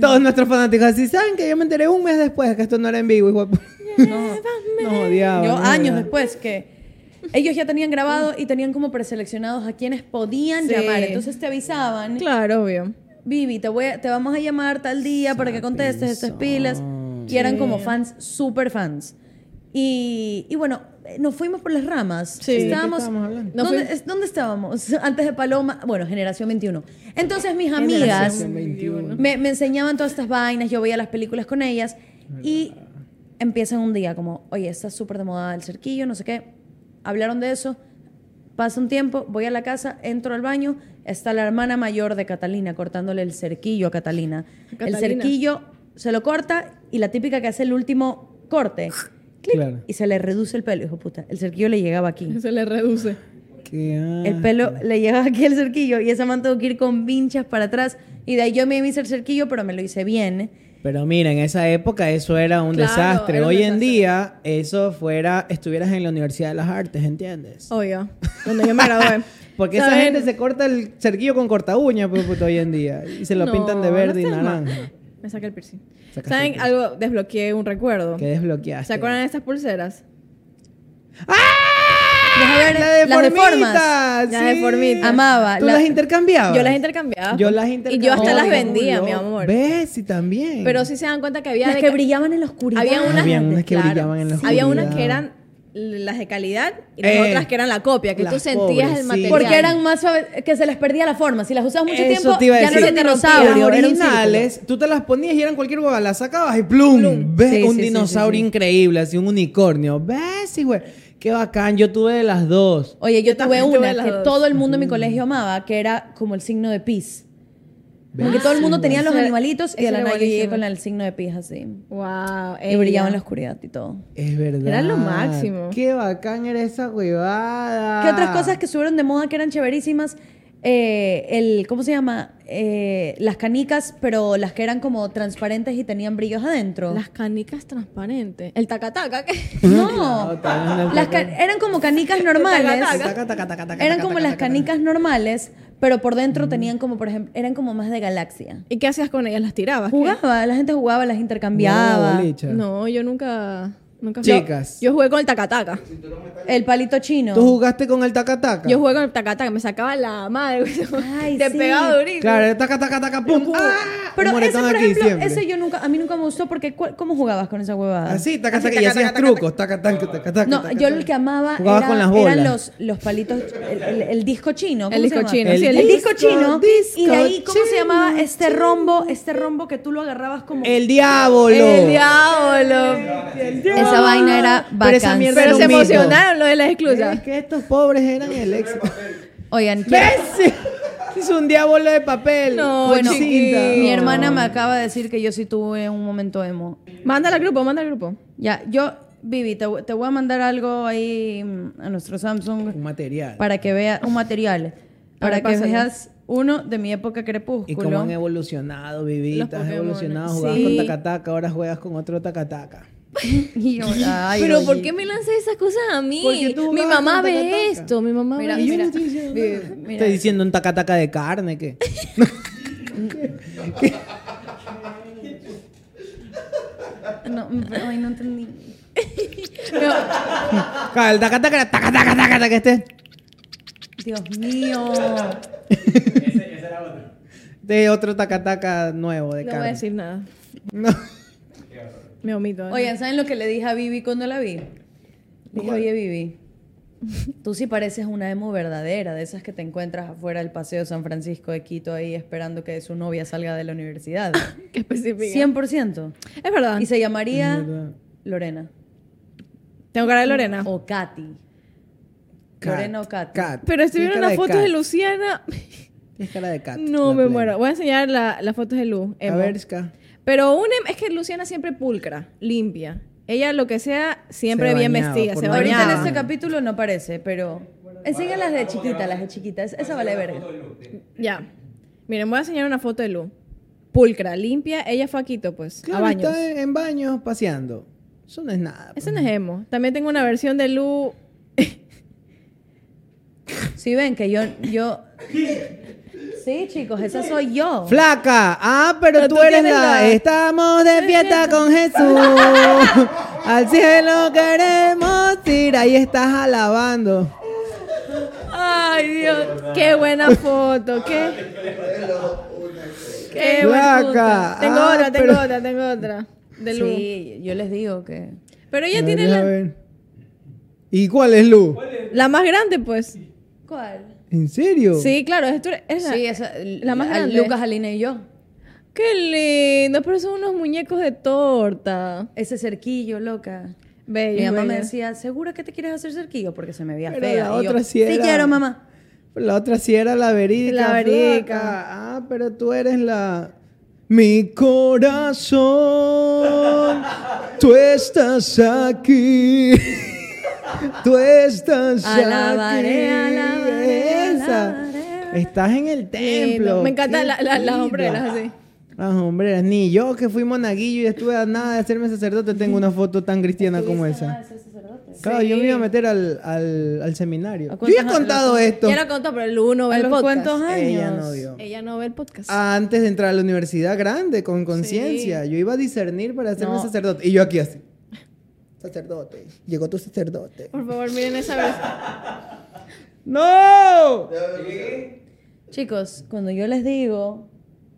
Speaker 1: Todos nuestros fanáticos así saben que yo me enteré un mes después que esto no era en vivo, hijo de pu- [laughs]
Speaker 2: No.
Speaker 1: Nos
Speaker 5: Ah,
Speaker 1: odiaban,
Speaker 2: Yo
Speaker 1: nos
Speaker 2: años
Speaker 1: odiaban.
Speaker 2: después que ellos ya tenían grabado y tenían como preseleccionados a quienes podían
Speaker 5: Sí.
Speaker 2: llamar. Entonces te avisaban,
Speaker 5: Claro, obvio.
Speaker 2: Vivi, te, voy a- te vamos a llamar tal día para que contestes estas pilas. Y eran como fans, súper fans. Y, y bueno, eh, nos fuimos por las ramas.
Speaker 5: Sí. ¿De qué
Speaker 2: estábamos,
Speaker 1: estábamos hablando?
Speaker 5: Nos
Speaker 2: ¿dónde,
Speaker 5: fuimos-
Speaker 2: es- dónde estábamos? [laughs] Antes de Paloma, bueno, generación 21. Entonces mis amigas...
Speaker 1: Generación 21.
Speaker 2: Me, me enseñaban todas estas vainas, yo veía las películas con ellas y empiezan un día como, oye, está súper de moda el cerquillo, no sé qué. Hablaron de eso, pasa un tiempo, voy a la casa, entro al baño, está la hermana mayor de Catalina cortándole el cerquillo a Catalina. El
Speaker 5: Catalina.
Speaker 2: cerquillo se lo corta y la típica que hace el último corte. clic,
Speaker 1: Claro.
Speaker 2: Y se le reduce el pelo, hijo puta. El cerquillo le llegaba aquí.
Speaker 5: Se le reduce.
Speaker 1: Qué
Speaker 2: El
Speaker 1: asco.
Speaker 2: pelo le llegaba aquí el cerquillo y esa man tuvo que ir con vinchas para atrás. Y de ahí yo me hice el cerquillo, pero me lo hice bien.
Speaker 1: Pero mira, en esa época eso era un
Speaker 5: Claro,
Speaker 1: desastre.
Speaker 5: era un
Speaker 1: Hoy en
Speaker 5: desastre.
Speaker 1: día eso fuera, estuvieras en la Universidad de las Artes, ¿entiendes? [laughs]
Speaker 5: Obvio. Cuando yo me gradué.
Speaker 1: Porque esa
Speaker 5: Oh. ¿Saben?
Speaker 1: gente se corta el cerquillo con corta uña, pues, puto, hoy en día. Y se lo
Speaker 5: No,
Speaker 1: pintan de
Speaker 5: no
Speaker 1: verde y
Speaker 5: seas ma-
Speaker 1: naranja.
Speaker 5: Me saca el piercing.
Speaker 1: Sacaste
Speaker 5: ¿Saben?
Speaker 1: el piercing.
Speaker 5: Algo, desbloqueé un recuerdo.
Speaker 1: Que desbloqueaste.
Speaker 5: ¿Se acuerdan de estas pulseras? ¡Ah!
Speaker 2: Deja ver
Speaker 1: La de
Speaker 2: las de
Speaker 1: formitas,
Speaker 2: formas.
Speaker 1: sí.
Speaker 2: Las de formitas. Amaba.
Speaker 1: ¿Tú
Speaker 2: la-
Speaker 1: las intercambiabas?
Speaker 5: Yo las intercambiaba.
Speaker 1: Yo las intercambiaba.
Speaker 5: Y yo hasta las
Speaker 1: Ay,
Speaker 5: vendía,
Speaker 1: culo.
Speaker 5: mi amor.
Speaker 1: ¿Ves? Y también.
Speaker 5: Pero sí se dan cuenta que había
Speaker 2: Las
Speaker 5: de
Speaker 2: que
Speaker 5: ca-
Speaker 2: brillaban en la oscuridad.
Speaker 5: Había unas,
Speaker 1: Habían unas que brillaban en la
Speaker 5: Había unas
Speaker 1: oscuridad.
Speaker 5: que eran las de calidad y las
Speaker 1: Eh,
Speaker 5: otras que eran la copia, que tú
Speaker 1: las
Speaker 5: sentías
Speaker 1: pobres,
Speaker 5: el
Speaker 1: sí.
Speaker 5: material.
Speaker 2: Porque eran más suaves, que se les perdía la forma. Si las usabas mucho
Speaker 1: Eso
Speaker 2: tiempo,
Speaker 1: te iba a
Speaker 2: ya no
Speaker 1: decir.
Speaker 2: era un dinosaurio.
Speaker 1: Las
Speaker 2: era un
Speaker 1: originales, tú te las ponías y eran cualquier hueva, las sacabas y ¡plum! ¿Ves?
Speaker 2: Sí,
Speaker 1: un
Speaker 2: sí, sí,
Speaker 1: dinosaurio
Speaker 2: sí, sí.
Speaker 1: increíble, así un unicornio. ¿Ves? Y güey, qué bacán, yo tuve de las dos.
Speaker 2: Oye, yo, tuve
Speaker 5: también tuve
Speaker 2: una
Speaker 5: las
Speaker 2: que
Speaker 5: dos.
Speaker 2: todo el mundo en mi colegio amaba, que era como el signo de pis. Porque todo el mundo tenía los
Speaker 5: Eso era-
Speaker 2: animalitos y
Speaker 5: eso
Speaker 2: de la
Speaker 5: era
Speaker 2: nada yo llegué
Speaker 5: buenísimo.
Speaker 2: con el signo de pis así.
Speaker 5: Wow.
Speaker 2: Y brillaba en la oscuridad y todo.
Speaker 1: Es verdad.
Speaker 5: Era lo máximo.
Speaker 1: Qué bacán era esa huevada.
Speaker 2: ¿Qué otras cosas que subieron de moda que eran chéverísimas? Eh, el, ¿cómo se llama? Eh, las canicas, pero las que eran como transparentes y tenían brillos adentro.
Speaker 5: Las canicas transparentes. El tacataca. que-
Speaker 2: No,
Speaker 1: también el
Speaker 2: las ca- eran como canicas normales.
Speaker 1: Taca, taca, taca, taca,
Speaker 2: Eran
Speaker 1: taca,
Speaker 2: como
Speaker 1: taca,
Speaker 2: las
Speaker 1: taca, Mm.
Speaker 2: canicas normales, pero por dentro tenían como, por ejemplo, eran como más de galaxia.
Speaker 5: [laughs] ¿Y qué hacías con ellas? ¿Las tirabas? ¿Qué?
Speaker 2: Jugaba, la gente jugaba, las
Speaker 1: Huevada,
Speaker 2: intercambiaba.
Speaker 1: bolicha.
Speaker 5: No, yo nunca. nunca
Speaker 1: Chicas.
Speaker 5: Yo, yo jugué con el tacataca.
Speaker 2: El palito chino.
Speaker 1: ¿Tú jugaste con el tacataca?
Speaker 5: Yo jugué con el tacataca. Me sacaba la madre. güey.
Speaker 2: [laughs] Ay,
Speaker 5: Te
Speaker 2: sí.
Speaker 5: pegaba durísimo.
Speaker 1: Claro, era taca, taca, taca, pum. ¡Ah!
Speaker 2: Pero
Speaker 1: Un
Speaker 2: ese,
Speaker 1: moretón
Speaker 2: por
Speaker 1: aquí
Speaker 2: ejemplo,
Speaker 1: siempre.
Speaker 2: ese yo nunca, a mí nunca me gustó porque ¿cuál- ¿cómo jugabas con esa huevada?
Speaker 1: Así, taca, taca, y hacías trucos. Taca, taca, taca, taca.
Speaker 2: No,
Speaker 1: taca,
Speaker 2: yo
Speaker 1: taca.
Speaker 2: lo que amaba
Speaker 1: Jugabas
Speaker 2: era-
Speaker 1: con las bolas.
Speaker 2: eran los, los palitos, el, el- el disco chino. ¿cómo
Speaker 5: El
Speaker 2: se
Speaker 5: disco
Speaker 2: llama?
Speaker 5: chino,
Speaker 1: sí,
Speaker 2: El,
Speaker 1: el
Speaker 2: disco
Speaker 1: disco,
Speaker 2: chino. y de ahí,
Speaker 1: disco
Speaker 2: ¿cómo se llamaba?
Speaker 1: chino, Eh,
Speaker 2: Este rombo, este rombo que tú lo agarrabas como...
Speaker 1: El diablo.
Speaker 5: El diablo.
Speaker 2: Esa vaina era
Speaker 1: Pero esa
Speaker 2: bacán.
Speaker 1: mierda Era
Speaker 5: Pero
Speaker 1: un
Speaker 5: se
Speaker 1: mito.
Speaker 5: emocionaron lo de las
Speaker 1: Es
Speaker 5: exclusas.
Speaker 1: que estos pobres eran el ex. [laughs]
Speaker 2: Oigan, quiero-
Speaker 1: ¿Ves? Es un diablo de papel.
Speaker 5: No,
Speaker 1: con
Speaker 2: Bueno,
Speaker 1: cinta.
Speaker 2: mi hermana me acaba de decir que yo sí tuve un momento emo.
Speaker 5: Mándala al grupo, manda al grupo.
Speaker 2: Ya, yo, Vivi, te, te voy a mandar algo ahí mm, a nuestro
Speaker 1: Un
Speaker 2: Samsung
Speaker 1: material.
Speaker 2: para que veas un material. Para que
Speaker 5: pásalo.
Speaker 2: veas uno de mi época
Speaker 1: Y cómo han
Speaker 2: crepúsculo.
Speaker 1: evolucionado, vivitas, has evolucionado, jugabas
Speaker 5: Sí.
Speaker 1: con tacataca, ahora juegas con otro tacataca.
Speaker 2: [laughs] Y
Speaker 5: [laughs]
Speaker 2: yo, ay,
Speaker 5: Pero ¿por
Speaker 2: oye.
Speaker 5: qué me lanzas esas cosas a
Speaker 1: Porque
Speaker 5: mí?
Speaker 1: tú
Speaker 5: Mi
Speaker 1: jugabas
Speaker 5: mamá
Speaker 1: con
Speaker 5: ve
Speaker 1: tacataca.
Speaker 5: esto, mi mamá
Speaker 2: Mira,
Speaker 5: ve
Speaker 2: y yo
Speaker 5: esto.
Speaker 2: no
Speaker 1: estoy diciendo,
Speaker 2: Vivi, mira.
Speaker 1: Estoy diciendo un tacataca de carne, ¿qué?
Speaker 2: No, ay, no entendí.
Speaker 1: [laughs] Claro, el tacataca era tacataca, tacataca, este.
Speaker 2: Dios mío.
Speaker 1: De otro tacataca nuevo de
Speaker 5: No voy a
Speaker 1: carne.
Speaker 5: decir nada.
Speaker 1: No.
Speaker 5: Me omito.
Speaker 2: Oigan, ¿saben lo que le dije a Vivi cuando la vi? Le dije, oye, Vivi, tú sí pareces una emo verdadera, de esas que te encuentras afuera del Paseo San Francisco de Quito ahí esperando que su novia salga de la [laughs] universidad.
Speaker 5: Qué específica.
Speaker 2: 100%.
Speaker 5: Es verdad.
Speaker 2: Y se llamaría Lorena
Speaker 5: Tengo cara de Lorena.
Speaker 2: o Katy.
Speaker 1: Cat,
Speaker 2: Lorena o Katy.
Speaker 1: cat.
Speaker 5: Pero
Speaker 1: Tienes
Speaker 5: estuvieron
Speaker 1: cara
Speaker 5: las fotos
Speaker 1: cat.
Speaker 5: de Luciana.
Speaker 1: Tienes cara de cat.
Speaker 5: No,
Speaker 1: la
Speaker 5: me
Speaker 1: plena.
Speaker 5: muero. Voy a enseñar la- las fotos de Lu.
Speaker 1: A
Speaker 5: emo.
Speaker 1: ver, Ska.
Speaker 5: Pero un em- es que Luciana siempre pulcra, limpia. Ella lo que sea, siempre
Speaker 1: Se
Speaker 5: bien
Speaker 1: bañaba,
Speaker 5: vestida,
Speaker 1: por
Speaker 5: se
Speaker 1: lo menos.
Speaker 5: bañaba.
Speaker 2: Ahorita en este capítulo no aparece, pero enseña las de chiquita, las de chiquitas. Esa vale verga.
Speaker 5: este Ya. Miren, voy a enseñar una foto de Lu. Pulcra, limpia. Ella fue a Quito, pues,
Speaker 1: Claro,
Speaker 5: a baños.
Speaker 1: está en, en baños paseando. Eso no es nada.
Speaker 5: Ese no es emo. También tengo una versión de Lu.
Speaker 2: Si ven que yo, [laughs] yo. Sí, chicos, esa soy yo.
Speaker 1: Flaca, ah, pero,
Speaker 5: Pero
Speaker 1: tú,
Speaker 5: tú
Speaker 1: eres
Speaker 5: tienes
Speaker 1: la...
Speaker 5: la-
Speaker 1: Estamos de fiesta con
Speaker 5: [laughs]
Speaker 1: Jesús. Al cielo queremos ir. Ahí estás alabando.
Speaker 5: ¡Ay, Dios! ¡Qué buena foto! ¡Qué, qué buena foto!
Speaker 1: Flaca,
Speaker 5: Tengo
Speaker 1: ah,
Speaker 5: otra, tengo
Speaker 1: pero-
Speaker 5: otra, tengo otra. De Lu.
Speaker 2: Sí, yo les digo que.
Speaker 5: Pero ella
Speaker 1: A
Speaker 5: tiene
Speaker 1: ver,
Speaker 5: la,
Speaker 1: a ver. ¿Y cuál es Lu?
Speaker 5: la más grande, pues.
Speaker 2: ¿Cuál?
Speaker 1: ¿En serio?
Speaker 5: Sí, claro. Es, tu- es la-
Speaker 2: Sí, esa,
Speaker 5: la más grande.
Speaker 2: Lucas, Alina y yo.
Speaker 5: Qué lindo, pero son unos muñecos de torta.
Speaker 2: Ese cerquillo, loca.
Speaker 5: Bello.
Speaker 2: Mi mamá me
Speaker 5: bello.
Speaker 2: decía, ¿segura que te quieres hacer cerquillo? Porque se me veía
Speaker 1: Pero
Speaker 2: fea.
Speaker 1: la
Speaker 2: Y yo,
Speaker 1: otra sí era-
Speaker 2: quiero, mamá.
Speaker 1: La otra sí era la verídica.
Speaker 5: La verídica.
Speaker 1: flaca. Ah, pero tú eres la. Mi corazón, tú estás aquí. Tú estás
Speaker 2: Alabaré,
Speaker 1: aquí.
Speaker 2: alabaré,
Speaker 1: Esa.
Speaker 2: alabaré.
Speaker 1: Estás en el
Speaker 5: Lindo.
Speaker 1: templo.
Speaker 5: Me encantan
Speaker 1: Qué
Speaker 5: la- la- las
Speaker 1: lindo.
Speaker 5: hombreras así.
Speaker 1: Ah, hombre, eras ni yo que fui monaguillo y estuve a nada de hacerme sacerdote, tengo una foto tan cristiana como esa. Claro, yo me iba a meter al, al, al seminario. Yo ya he contado esto.
Speaker 5: Ya lo contó, pero el uno ve
Speaker 2: ¿A
Speaker 5: el
Speaker 2: los
Speaker 5: podcast. [laughs]
Speaker 2: cuántos años?
Speaker 1: Ella no dio.
Speaker 5: Ella no ve el podcast.
Speaker 1: Antes de entrar a la universidad grande, con conciencia. Yo iba a discernir para hacerme sacerdote. Y yo aquí así. Sacerdote. Llegó tu sacerdote.
Speaker 5: Por favor, miren esa versión.
Speaker 1: [laughs] ¡No!
Speaker 2: Chicos, cuando yo les digo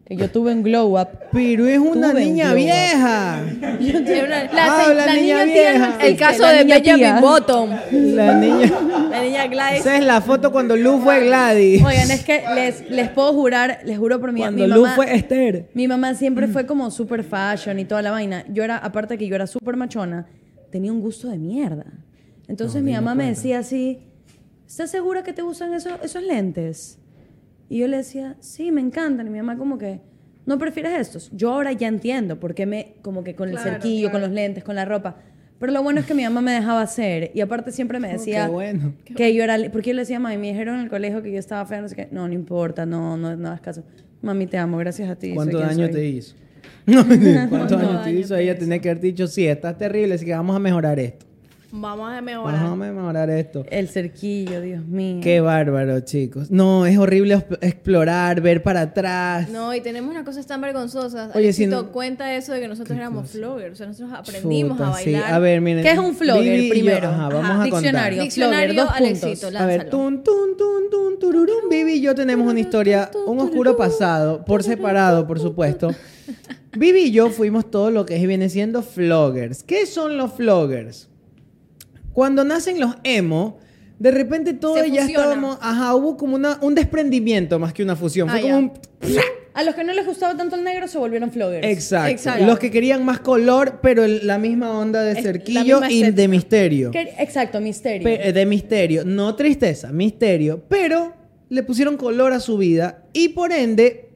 Speaker 2: que yo tuve un glow up,
Speaker 1: Pero es una
Speaker 2: Tuve un
Speaker 1: niña
Speaker 2: globo.
Speaker 1: vieja.
Speaker 5: La,
Speaker 1: Habla,
Speaker 5: la
Speaker 1: niña
Speaker 5: niña, tía no
Speaker 1: vieja.
Speaker 5: existe,
Speaker 2: El caso
Speaker 5: la
Speaker 2: de
Speaker 5: niña
Speaker 2: Benjamin
Speaker 5: tía.
Speaker 2: Button.
Speaker 1: La
Speaker 2: [laughs]
Speaker 1: niña.
Speaker 5: La niña Gladys.
Speaker 1: Esa es la foto cuando Luz fue Gladys.
Speaker 2: Oigan, es que les, les puedo jurar, les juro por mi, mi
Speaker 1: Cuando Luz
Speaker 2: mamá.
Speaker 1: fue este Esther.
Speaker 2: Mi mamá siempre fue como super fashion y toda la vaina. Yo era, aparte de que yo era súper machona, tenía un gusto de mierda. Entonces mi mamá me decía así, ¿estás segura que te gustan eso- esos lentes? Y yo le decía, sí, me encantan. Y mi mamá como que, ¿no prefieres estos? Yo ahora ya entiendo por qué me, como que con el cerquillo, con los lentes, con la ropa. Pero lo bueno es que mi mamá me dejaba hacer. Y aparte siempre me decía,
Speaker 1: qué bueno.
Speaker 2: que yo era, li- porque yo le decía, mami, me dijeron en el colegio que yo estaba fea, no sé qué. No, no importa, no, no, no hagas caso. Mami, te amo, gracias a ti.
Speaker 1: ¿Cuánto
Speaker 2: soy quien
Speaker 1: daño
Speaker 2: soy".
Speaker 1: te hizo? [laughs] No, mentira. ¿Cuánto daño te hizo? Ella tenía que haber dicho, sí, estás terrible, así que vamos a mejorar esto.
Speaker 5: Vamos a mejorar.
Speaker 1: Vamos a mejorar esto.
Speaker 2: El cerquillo, Dios mío.
Speaker 1: Qué bárbaro, chicos. No, es horrible exp- explorar, ver para atrás.
Speaker 8: No, y tenemos unas cosas tan vergonzosas.
Speaker 1: Oye,
Speaker 8: Oye,
Speaker 1: si
Speaker 8: si
Speaker 1: no-
Speaker 8: cuenta eso de que nosotros éramos floggers. O sea, nosotros aprendimos
Speaker 1: Chuta,
Speaker 8: a
Speaker 1: sí.
Speaker 8: bailar.
Speaker 1: A ver, miren.
Speaker 2: ¿Qué es un flogger
Speaker 1: Vivi y yo-
Speaker 2: primero?
Speaker 1: ajá, vamos
Speaker 2: Ajá.
Speaker 1: a
Speaker 2: Diccionario.
Speaker 1: contar.
Speaker 8: Diccionario,
Speaker 2: Flogger, dos puntos.
Speaker 8: Alexito,
Speaker 1: A ver,
Speaker 8: lánzalo.
Speaker 1: tun, tun, tun, tun, tururum. Vivi y yo tenemos una historia, un oscuro pasado, por separado, por supuesto. Vivi y yo fuimos todo lo que viene siendo floggers. ¿Qué son los floggers? Cuando nacen los emo, de repente todos
Speaker 8: Se
Speaker 1: ya
Speaker 8: fusiona.
Speaker 1: estábamos, ajá, hubo como una, un desprendimiento más que una fusión. Fue
Speaker 8: Ah,
Speaker 1: como
Speaker 8: ya.
Speaker 1: un
Speaker 2: A los que no les gustaba tanto el negro se volvieron floggers.
Speaker 1: Exacto.
Speaker 8: Exacto.
Speaker 1: Los que querían más color, pero el- la misma onda de
Speaker 8: Es-
Speaker 1: cerquillo
Speaker 8: la misma
Speaker 1: y de
Speaker 8: estética.
Speaker 1: misterio.
Speaker 2: Que- Exacto, misterio.
Speaker 1: Pe- eh, de misterio. No tristeza, misterio. Pero le pusieron color a su vida y por ende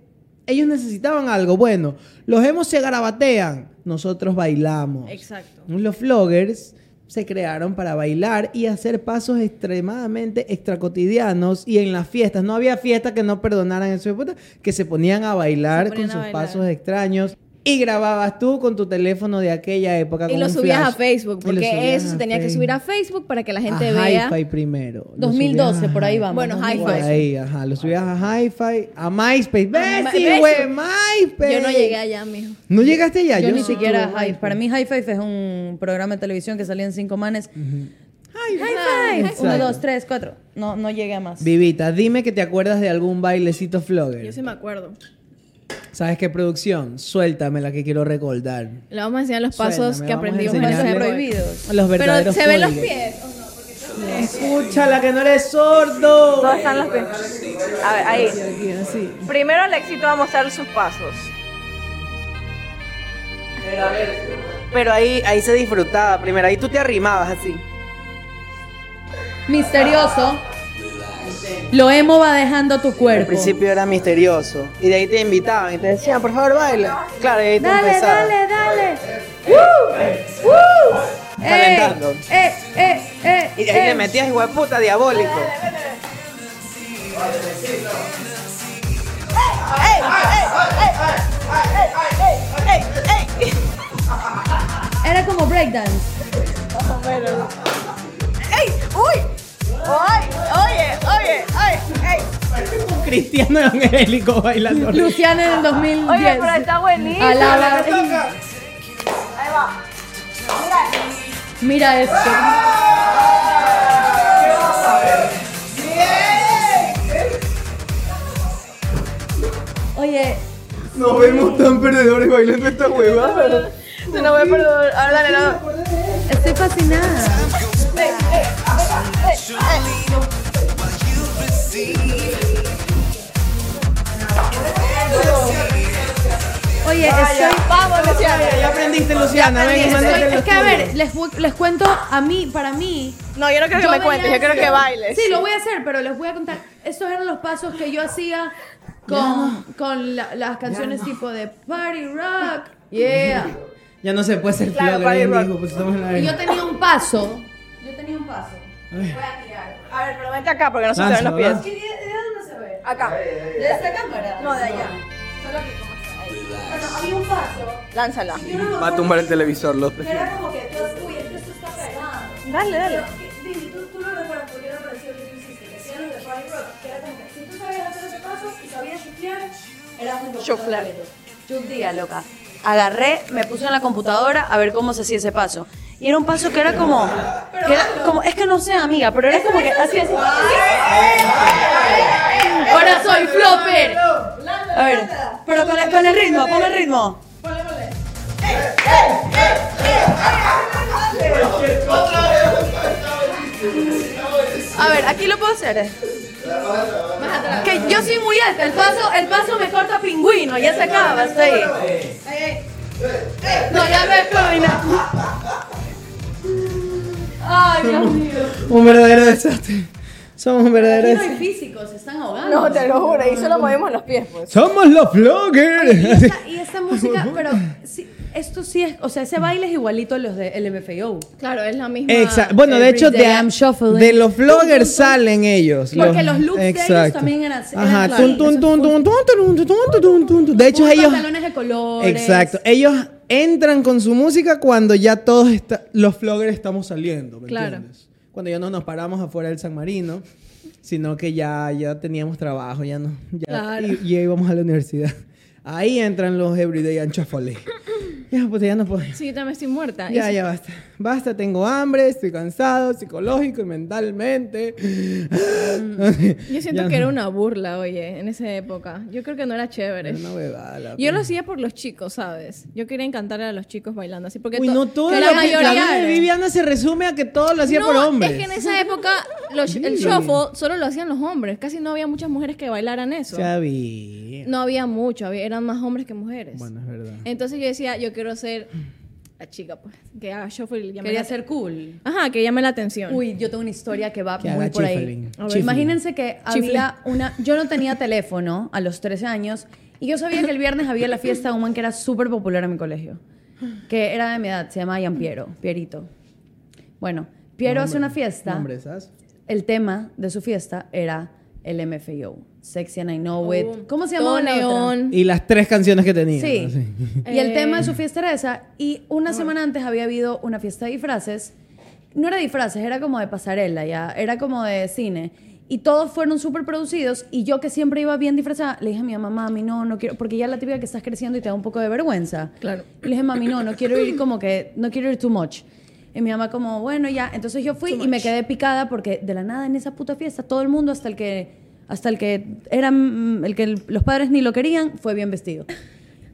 Speaker 1: ellos necesitaban algo. Bueno, los hemos se garabatean, nosotros bailamos.
Speaker 8: Exacto.
Speaker 1: Los floggers se crearon para bailar y hacer pasos extremadamente extracotidianos y en las fiestas. No había fiesta que no perdonaran eso de puta, que se ponían a bailar
Speaker 8: Se ponían
Speaker 1: con
Speaker 8: a
Speaker 1: sus
Speaker 8: bailar.
Speaker 1: pasos extraños. Y grababas tú con tu teléfono de aquella época.
Speaker 5: Y
Speaker 1: con
Speaker 5: lo
Speaker 1: un
Speaker 5: subías
Speaker 1: flash.
Speaker 5: a Facebook,
Speaker 1: Y lo
Speaker 5: porque
Speaker 1: subías
Speaker 5: eso se tenía que
Speaker 1: Facebook.
Speaker 5: subir a Facebook para que la gente
Speaker 1: A
Speaker 5: vea.
Speaker 1: Hi-Fi primero. Lo
Speaker 2: 2012,
Speaker 1: subías a-
Speaker 2: por ahí vamos.
Speaker 5: Bueno,
Speaker 2: ¿no?
Speaker 5: hi-fi.
Speaker 1: Por ahí, ajá. Lo subías a Hi-Fi, a MySpace. ¡Ves, sí,
Speaker 5: MySpace.
Speaker 1: güey! ¡MySpace!
Speaker 5: Yo no llegué allá, mijo.
Speaker 1: ¿No llegaste ya?
Speaker 2: Yo, ni
Speaker 1: sí
Speaker 2: siquiera
Speaker 1: tuve
Speaker 2: hi Para mí Hi-Fi es un programa de televisión que salía en cinco manes. Hi-Fi. Uno,
Speaker 1: Exacto.
Speaker 2: dos, tres, cuatro. No, no llegué a más.
Speaker 1: Vivita, dime que te acuerdas de algún bailecito flogger.
Speaker 8: Yo sí me acuerdo.
Speaker 1: ¿Sabes qué producción? Suéltame la que quiero recordar.
Speaker 8: Le vamos a enseñar los pasos que
Speaker 1: Suéltame, vamos a
Speaker 8: aprendimos en
Speaker 1: enseñarle
Speaker 8: ese
Speaker 2: prohibido.
Speaker 1: a Los verdaderos
Speaker 8: se ven los
Speaker 1: códigos.
Speaker 8: pies.
Speaker 1: Escúchala que no eres sordo.
Speaker 9: ¿Dónde están los pies? A ver, ahí.
Speaker 1: Aquí, así.
Speaker 9: Primero Alexito va a mostrar sus pasos.
Speaker 7: Pero ahí, ahí se disfrutaba primero, ahí tú te arrimabas así.
Speaker 2: Misterioso. Lo emo va dejando tu
Speaker 7: Al
Speaker 2: cuerpo.
Speaker 7: principio era misterioso. Y de ahí te invitaban y te decían, por favor, baila. Claro, y ahí tú
Speaker 2: Dale,
Speaker 7: empezabas.
Speaker 2: dale, dale. eh, ¡Woo! ¡Woo!
Speaker 7: Calentando.
Speaker 2: Eh, eh, eh,
Speaker 7: Y de ahí
Speaker 2: eh.
Speaker 7: te metías, hijo de puta, diabólico.
Speaker 2: Era como breakdance.
Speaker 9: ¡Ey! ¡Uy! ¡Ay! ¡Oye! ¡Oye! ¡Ay! ¡Ey!
Speaker 1: Un cristiano evangélico bailando.
Speaker 2: Luciana en el 2010.
Speaker 9: Oye, pero está buenísimo.
Speaker 2: Alaba.
Speaker 9: Ahí va. Mira.
Speaker 2: Mira esto. Oye,
Speaker 7: Nos vemos tan perdedores bailando esta huevada.
Speaker 9: Se nos ve perdón. Ahora dale, no.
Speaker 2: estoy fascinada. Oye, estoy
Speaker 9: Vamos, Luciana.
Speaker 1: Ya aprendiste, Luciana. Ven y
Speaker 2: Estoy-
Speaker 1: mándate
Speaker 2: es
Speaker 1: los
Speaker 2: que a ver,
Speaker 1: tuyos.
Speaker 2: les, vo- les cuento a mí, para mí.
Speaker 9: No, yo no creo que
Speaker 2: yo
Speaker 9: me cuentes,
Speaker 2: veía
Speaker 9: yo creo
Speaker 2: esto.
Speaker 9: que bailes.
Speaker 2: Sí, lo voy a hacer, pero les voy a contar. Estos eran los pasos que yo hacía con, con la- las canciones tipo de Party Rock. Yeah.
Speaker 1: Ya no se puede ser
Speaker 9: Claro,
Speaker 1: flogger,
Speaker 9: Party
Speaker 1: ahí,
Speaker 9: Rock.
Speaker 1: mijo, pues estamos en la
Speaker 2: Y yo tenía un paso. Yo tenía un paso.
Speaker 9: A ver, pero vente acá porque no se te ven
Speaker 1: Lánzalo,
Speaker 9: los pies.
Speaker 1: lánzalo.
Speaker 2: ¿De dónde se ve?
Speaker 9: Acá.
Speaker 2: ¿De esta cámara?
Speaker 9: No, de allá. Solo que como está ahí. Bueno, había un paso.
Speaker 7: Lánzala.
Speaker 9: y uno lo
Speaker 10: Va a
Speaker 9: pone,
Speaker 10: tumbar el televisor, López.
Speaker 9: Pero era como que tú, uy, es que esto está pegado.
Speaker 7: Dale, dale.
Speaker 9: Pero, Vivi, tú, tú lo recuerdas porque yo lo pareció que tú hiciste, que hacían los de Party Rock, que era como que si tú sabías hacer ese paso y sabías chuflear, eras un
Speaker 2: Chuflear.
Speaker 9: Yo un
Speaker 2: día, loca. Agarré, me puse en la computadora a ver cómo se hacía ese paso. Y era un paso que era como. que era como es que no sé, amiga, pero era como que así, así. Ahora soy flopper. A ver, pero con, el- con el ritmo, con el ritmo.
Speaker 5: A ver, aquí lo puedo hacer. eh.
Speaker 2: Que yo soy muy alta, el paso, el paso me corta pingüino, ya se acaba, hasta ahí. No, ya me pingüino. Ay, Dios mío.
Speaker 1: Un verdadero desastre. Somos un verdadero
Speaker 2: Aquí no
Speaker 1: desastre.
Speaker 2: hay físicos, se están ahogando.
Speaker 7: No, te lo juro, ahí solo movemos los pies, pues.
Speaker 1: Somos los
Speaker 2: Y
Speaker 1: vloggers.
Speaker 2: esta, y esta [laughs] música, pero sí, esto sí es, o sea, ese baile es igualito a los del MFAO.
Speaker 8: Claro, es la misma.
Speaker 1: Exacto. Bueno, de hecho,
Speaker 2: Everyday
Speaker 1: de,
Speaker 2: I'm shuffling.
Speaker 1: de los vloggers salen ellos.
Speaker 2: Porque los looks de ellos también eran- eran
Speaker 1: Ajá.
Speaker 2: claros.
Speaker 1: Tun, tun, tun, tun, tun, tun, tun, tun, tun, tun, tun. De hecho,
Speaker 2: Con
Speaker 1: ellos.
Speaker 2: pantalones de colores.
Speaker 1: Exacto. Ellos entran con su música cuando ya todos está- los vloggers estamos saliendo, ¿me
Speaker 8: Claro.
Speaker 1: entiendes? Cuando ya no nos paramos afuera del San Marino, sino que ya, ya teníamos trabajo, ya no. ya-
Speaker 8: Claro.
Speaker 1: y, y íbamos a la universidad. Ahí entran los Everyday and Shuffling. ya, pues ya no puedo.
Speaker 8: Sí, yo también estoy muerta. Y
Speaker 1: Ya,
Speaker 8: sí-
Speaker 1: ya basta. Basta, tengo hambre, estoy cansado, psicológico y mentalmente.
Speaker 8: Mm.
Speaker 1: [laughs]
Speaker 8: Yo siento
Speaker 1: Ya
Speaker 8: que era
Speaker 1: no.
Speaker 8: una burla, oye, en esa época. Yo creo que no era chévere.
Speaker 1: Una huevada, la
Speaker 8: Yo lo
Speaker 1: pena.
Speaker 8: hacía por los chicos, ¿sabes? Yo quería encantar a los chicos bailando así. Porque
Speaker 1: Uy,
Speaker 8: to-
Speaker 1: no todo
Speaker 8: que
Speaker 1: lo
Speaker 8: la
Speaker 1: que la vida de
Speaker 8: mayoría.
Speaker 1: Viviana se resume a que todo lo hacía
Speaker 8: No,
Speaker 1: por hombres.
Speaker 8: Es que en esa época los- el
Speaker 1: Sí.
Speaker 8: shuffle solo lo hacían los hombres. Casi no había muchas mujeres que bailaran eso.
Speaker 1: Chavi.
Speaker 8: No había mucho, había- eran más hombres que mujeres.
Speaker 1: Bueno, es verdad.
Speaker 8: Entonces yo decía, yo quiero ser la chica, pues, que haga shuffle y llame
Speaker 2: Quería
Speaker 8: la-
Speaker 2: ser cool.
Speaker 8: Ajá, que llame la atención.
Speaker 2: Uy, yo tengo una historia que va
Speaker 1: Que
Speaker 2: muy
Speaker 1: haga
Speaker 2: por ahí.
Speaker 1: chifling.
Speaker 2: A ver,
Speaker 1: Chifling.
Speaker 2: Imagínense que había una. Yo no tenía teléfono a los 13 años y yo sabía que el viernes había la fiesta de un man que era súper popular en mi colegio. Que era de mi edad, se llama Ian Piero, Pierito. Bueno, Piero hace una fiesta.
Speaker 1: Hombresas.
Speaker 2: El tema de su fiesta era el MFAO. Sexy and I Know It.
Speaker 8: Oh.
Speaker 2: ¿Cómo se llamaba la otra?
Speaker 8: Neón.
Speaker 1: Y las tres canciones que tenía.
Speaker 2: Sí.
Speaker 1: ¿no? Sí.
Speaker 2: Y el
Speaker 8: Eh.
Speaker 2: tema de su fiesta era esa. Y una semana antes había habido una fiesta de disfraces. No era disfraces, era como de pasarela, ya. Era como de cine. Y todos fueron súper producidos. Y yo, que siempre iba bien disfrazada, le dije a mi mamá, mami, no, no quiero. Porque ya la típica que estás creciendo y te da un poco de vergüenza.
Speaker 8: Claro.
Speaker 2: Y le dije, mami, no, no quiero ir como que. No quiero ir too much. Y mi mamá, como, bueno, ya. Entonces yo fui y me quedé picada porque de la nada en esa puta fiesta, todo el mundo, hasta el que. Hasta el que eran. El que los padres ni lo querían, fue bien vestido.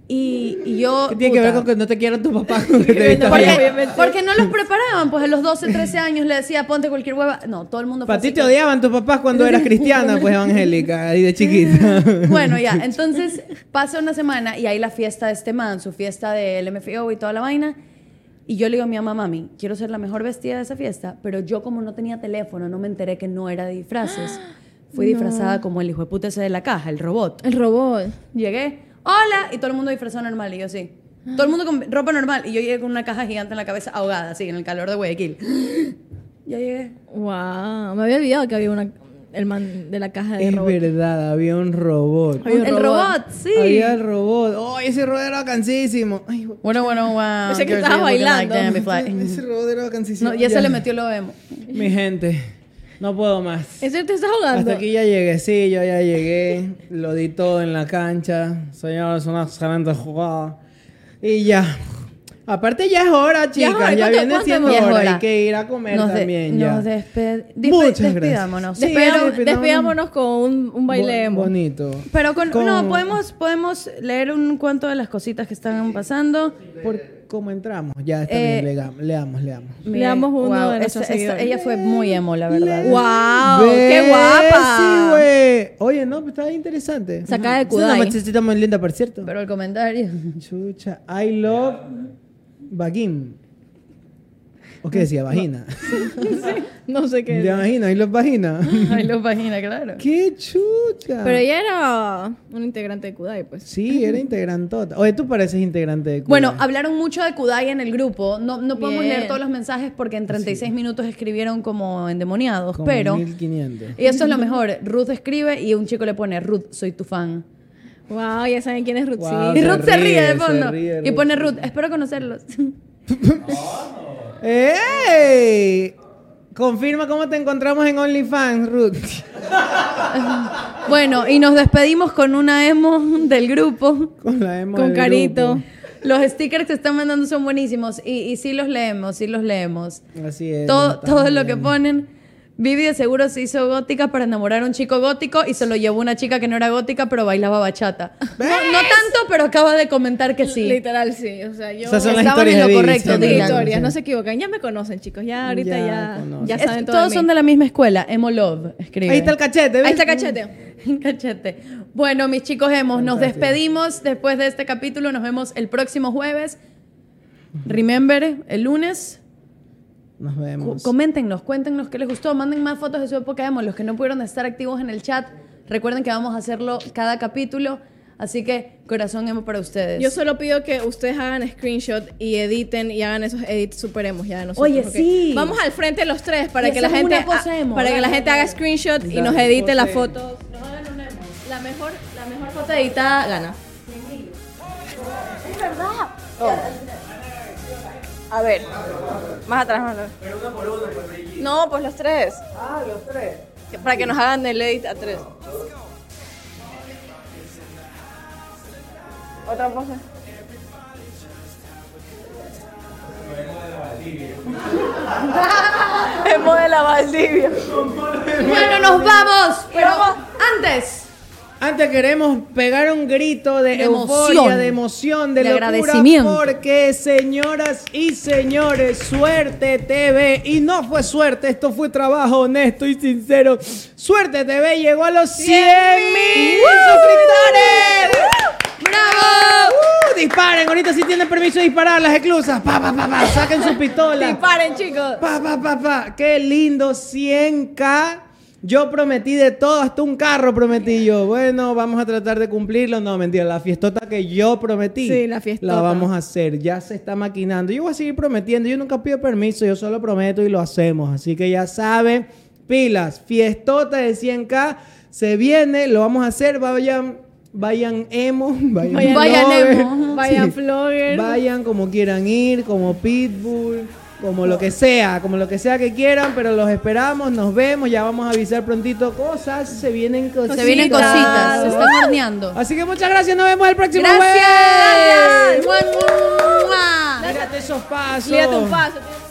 Speaker 2: Y, y yo.
Speaker 8: Oh,
Speaker 1: ¿Qué tiene que
Speaker 2: puta,
Speaker 1: ver con que no te quieran tus papás? con [laughs] que te vistas bien?
Speaker 2: porque, porque no los preparaban, pues a los 12, 13 años le decía ponte cualquier hueva. No, todo el mundo fue
Speaker 1: Para ti
Speaker 2: así
Speaker 1: te
Speaker 2: que-
Speaker 1: odiaban tus papás cuando eras cristiana, pues evangélica, ahí
Speaker 8: [laughs]
Speaker 1: de chiquita. [laughs]
Speaker 2: Bueno, ya, entonces pasa una semana y hay la fiesta de este man, su fiesta del MFO y toda la vaina. Y yo le digo a mi mamá, mami, quiero ser la mejor vestida de esa fiesta, pero yo como no tenía teléfono, no me enteré que no era de disfraces. Fui disfrazada como el hijo de puta ese de la caja, el robot.
Speaker 8: El robot.
Speaker 2: Llegué, hola, y todo el mundo disfrazado normal, y yo sí. Todo el mundo con ropa normal, y yo llegué con una caja gigante en la cabeza, ahogada, así, en el calor de Guayaquil. [gasps] Ya llegué.
Speaker 8: Wow, me había olvidado que había una, el man de la caja de
Speaker 1: Es
Speaker 8: robot.
Speaker 1: verdad, había un robot.
Speaker 8: Había un
Speaker 2: el robot,
Speaker 8: robot.
Speaker 2: sí.
Speaker 1: Había el robot. ¡Oh, ese robot era bacancísimo! Ay, güey.
Speaker 2: Bueno, bueno, wow.
Speaker 8: Pensé que
Speaker 2: Girls,
Speaker 8: estabas
Speaker 2: you're looking
Speaker 8: bailando.
Speaker 2: like
Speaker 1: [laughs]
Speaker 2: damn, be fly.
Speaker 1: ese robot era bacancísimo.
Speaker 2: No, ya se le metió lo emo.
Speaker 1: Mi gente, no puedo más.
Speaker 8: ¿En serio te estás jugando?
Speaker 1: Hasta aquí ya llegué, sí, yo ya llegué. Lo di todo en la cancha. Señores, una excelente jugada. Y ya. Aparte ya es hora,
Speaker 8: Ya es hora,
Speaker 1: chicas. Ya,
Speaker 8: ¿cuánto-
Speaker 1: viene
Speaker 8: cuánto
Speaker 1: siendo
Speaker 2: Ya es
Speaker 1: hora.
Speaker 2: hora.
Speaker 1: Hay que ir a comer
Speaker 2: Nos de-
Speaker 1: también ya.
Speaker 2: Nos despe- dispe-
Speaker 1: Muchas gracias.
Speaker 2: despidámonos.
Speaker 1: Sí,
Speaker 8: Pero
Speaker 1: ya, despidamos.
Speaker 8: despidámonos con un, un baile
Speaker 1: Bo-
Speaker 8: emo.
Speaker 1: bonito.
Speaker 2: Pero con,
Speaker 1: Con-
Speaker 2: no, podemos, podemos leer un cuento de las cositas que están pasando.
Speaker 1: Por cómo entramos. Ya está
Speaker 2: Eh,
Speaker 1: bien, lega- leamos, leamos.
Speaker 8: Leamos uno de
Speaker 2: esta-
Speaker 8: nuestros
Speaker 2: esta-
Speaker 8: seguidores.
Speaker 2: Ella fue muy emo, la verdad.
Speaker 8: ¡Wow! ¡Qué
Speaker 1: Ve, Sí,
Speaker 8: guapa!
Speaker 1: güey. Oye, no, pues está interesante.
Speaker 8: Sacada de
Speaker 1: Es una
Speaker 8: Kudai.
Speaker 1: muchachita muy linda, por cierto.
Speaker 2: Pero el comentario.
Speaker 1: Chucha, I love Bagim. ¿O qué decía? Vagina.
Speaker 8: [laughs] no sé qué.
Speaker 1: [laughs] De vagina, I
Speaker 8: [laughs]
Speaker 1: love vagina.
Speaker 2: Ahí lo imagina, claro.
Speaker 1: ¡Qué chucha!
Speaker 8: Pero ella era un integrante de Kudai, pues.
Speaker 1: Sí, era integrantota. Oye, tú pareces integrante de Cuba.
Speaker 2: [laughs] Bueno,
Speaker 8: ah,
Speaker 2: hablaron mucho de Kudai en el grupo. No, no podemos
Speaker 8: Bien.
Speaker 2: leer todos los mensajes porque en 36 minutos escribieron como endemoniados,
Speaker 1: Como
Speaker 2: pero...
Speaker 1: 1500.
Speaker 2: Y eso es lo mejor. Ruth escribe y un chico le pone, Ruth, soy tu fan.
Speaker 8: Wow, ya saben quién es Ruth.
Speaker 1: Wow,
Speaker 2: Y Ruth Ah, se ríe de
Speaker 1: se
Speaker 2: fondo.
Speaker 1: ríe,
Speaker 2: y
Speaker 1: Ruth.
Speaker 2: pone Ruth, espero conocerlos. [laughs]
Speaker 1: ¡Ey! Confirma cómo te encontramos en OnlyFans, Ruth. [laughs]
Speaker 2: bueno, y nos despedimos con una emo [laughs] del grupo.
Speaker 1: Con la emo
Speaker 8: Con
Speaker 1: del
Speaker 8: Carito.
Speaker 2: Los stickers que están mandando son buenísimos. Y, y sí los leemos, sí los leemos.
Speaker 1: grupo. Así es.
Speaker 2: Todo,
Speaker 1: nos
Speaker 2: todo
Speaker 1: estamos
Speaker 2: lo que
Speaker 1: viendo.
Speaker 2: ponen. Vivi de seguro se hizo gótica para enamorar a un chico gótico y se lo llevó una chica que no era gótica pero bailaba bachata. No, no tanto, pero acaba de comentar que sí.
Speaker 8: Literal, sí. O sea, yo.
Speaker 1: Esas son las
Speaker 2: Estaban en
Speaker 1: historias
Speaker 2: lo
Speaker 1: de Vivi
Speaker 2: correcto,
Speaker 1: siempre.
Speaker 2: Dylan.
Speaker 8: Historias, no se equivocan. Ya me conocen, chicos. Ya ahorita
Speaker 1: Ya
Speaker 8: ya.
Speaker 1: conocen.
Speaker 8: Ya
Speaker 2: Es-
Speaker 8: saben todo.
Speaker 2: todos son de la misma escuela, Emo Love, escribe.
Speaker 1: Ahí está el cachete, ¿ves?
Speaker 2: Ahí está cachete. [laughs] cachete. Bueno, mis chicos hemos, nos
Speaker 1: Fantástico.
Speaker 2: despedimos después de este capítulo. Nos vemos el próximo jueves. Remember, el lunes.
Speaker 1: Nos
Speaker 2: Cu-
Speaker 1: vemos.
Speaker 2: Coméntenos, cuéntenos qué les gustó. Manden más fotos de su época de emo. Los que no pudieron estar activos en el chat, recuerden que vamos a hacerlo cada capítulo. Así que, corazón emo para ustedes.
Speaker 8: Yo solo pido que ustedes hagan screenshot y editen y hagan esos edits superemos ya de nosotros.
Speaker 2: Oye,
Speaker 8: ok.
Speaker 2: sí.
Speaker 8: Vamos al frente los tres para
Speaker 2: Y
Speaker 8: que la
Speaker 2: hacemos
Speaker 8: gente
Speaker 2: una cosa
Speaker 8: ha-
Speaker 2: emo.
Speaker 8: para que la gente haga screenshot y nos edite las fotos.
Speaker 5: La mejor, la mejor foto editada gana.
Speaker 8: Oh. A ver. Más atrás, más atrás. Pero una por uno, No, pues los tres. Ah, los tres. Para que nos hagan el edit a tres. Otra pose. Emo de la Valdivia.
Speaker 2: Bueno, nos vamos. Pero
Speaker 8: vamos.
Speaker 2: antes.
Speaker 1: Antes queremos pegar un grito de,
Speaker 2: De
Speaker 1: euforia,
Speaker 2: emoción.
Speaker 1: de emoción, de,
Speaker 2: De
Speaker 1: locura,
Speaker 2: agradecimiento.
Speaker 1: Porque, señoras y señores, Suerte TV, y no fue suerte, esto fue trabajo honesto y sincero. Suerte TV llegó a los 100 mil suscriptores.
Speaker 2: ¡Bravo!
Speaker 1: ¡Uh! disparen, ahorita si tienen permiso de disparar las esclusas. Pa, pa, pa, pa, saquen sus pistolas.
Speaker 8: Disparen, chicos.
Speaker 1: Pa, pa, pa, pa. Qué lindo, 100K. Yo prometí de todo, hasta un carro prometí yo. Bueno, vamos a tratar de cumplirlo. No, mentira, la fiestota que yo prometí.
Speaker 8: Sí, la fiestota.
Speaker 1: La vamos a hacer, ya se está maquinando. Yo voy a seguir prometiendo, yo nunca pido permiso, yo solo prometo y lo hacemos. Así que ya saben, pilas, fiestota de 100K, se viene, lo vamos a hacer, vayan, vayan emo, vayan,
Speaker 8: Vayan
Speaker 2: Vayan
Speaker 1: lover.
Speaker 2: emo,
Speaker 8: vayan flogger.
Speaker 1: Vayan como quieran ir, como Pitbull, como lo que sea, como lo que sea que quieran, pero los esperamos, nos vemos, ya vamos a avisar prontito cosas, se vienen cositas.
Speaker 2: Se vienen cositas, se están horneando.
Speaker 1: Así que muchas gracias, nos vemos el próximo
Speaker 2: Gracias.
Speaker 1: jueves.
Speaker 2: Mua, mua, mua.
Speaker 1: Mírate esos pasos.
Speaker 8: Lídate un paso. tírate un paso.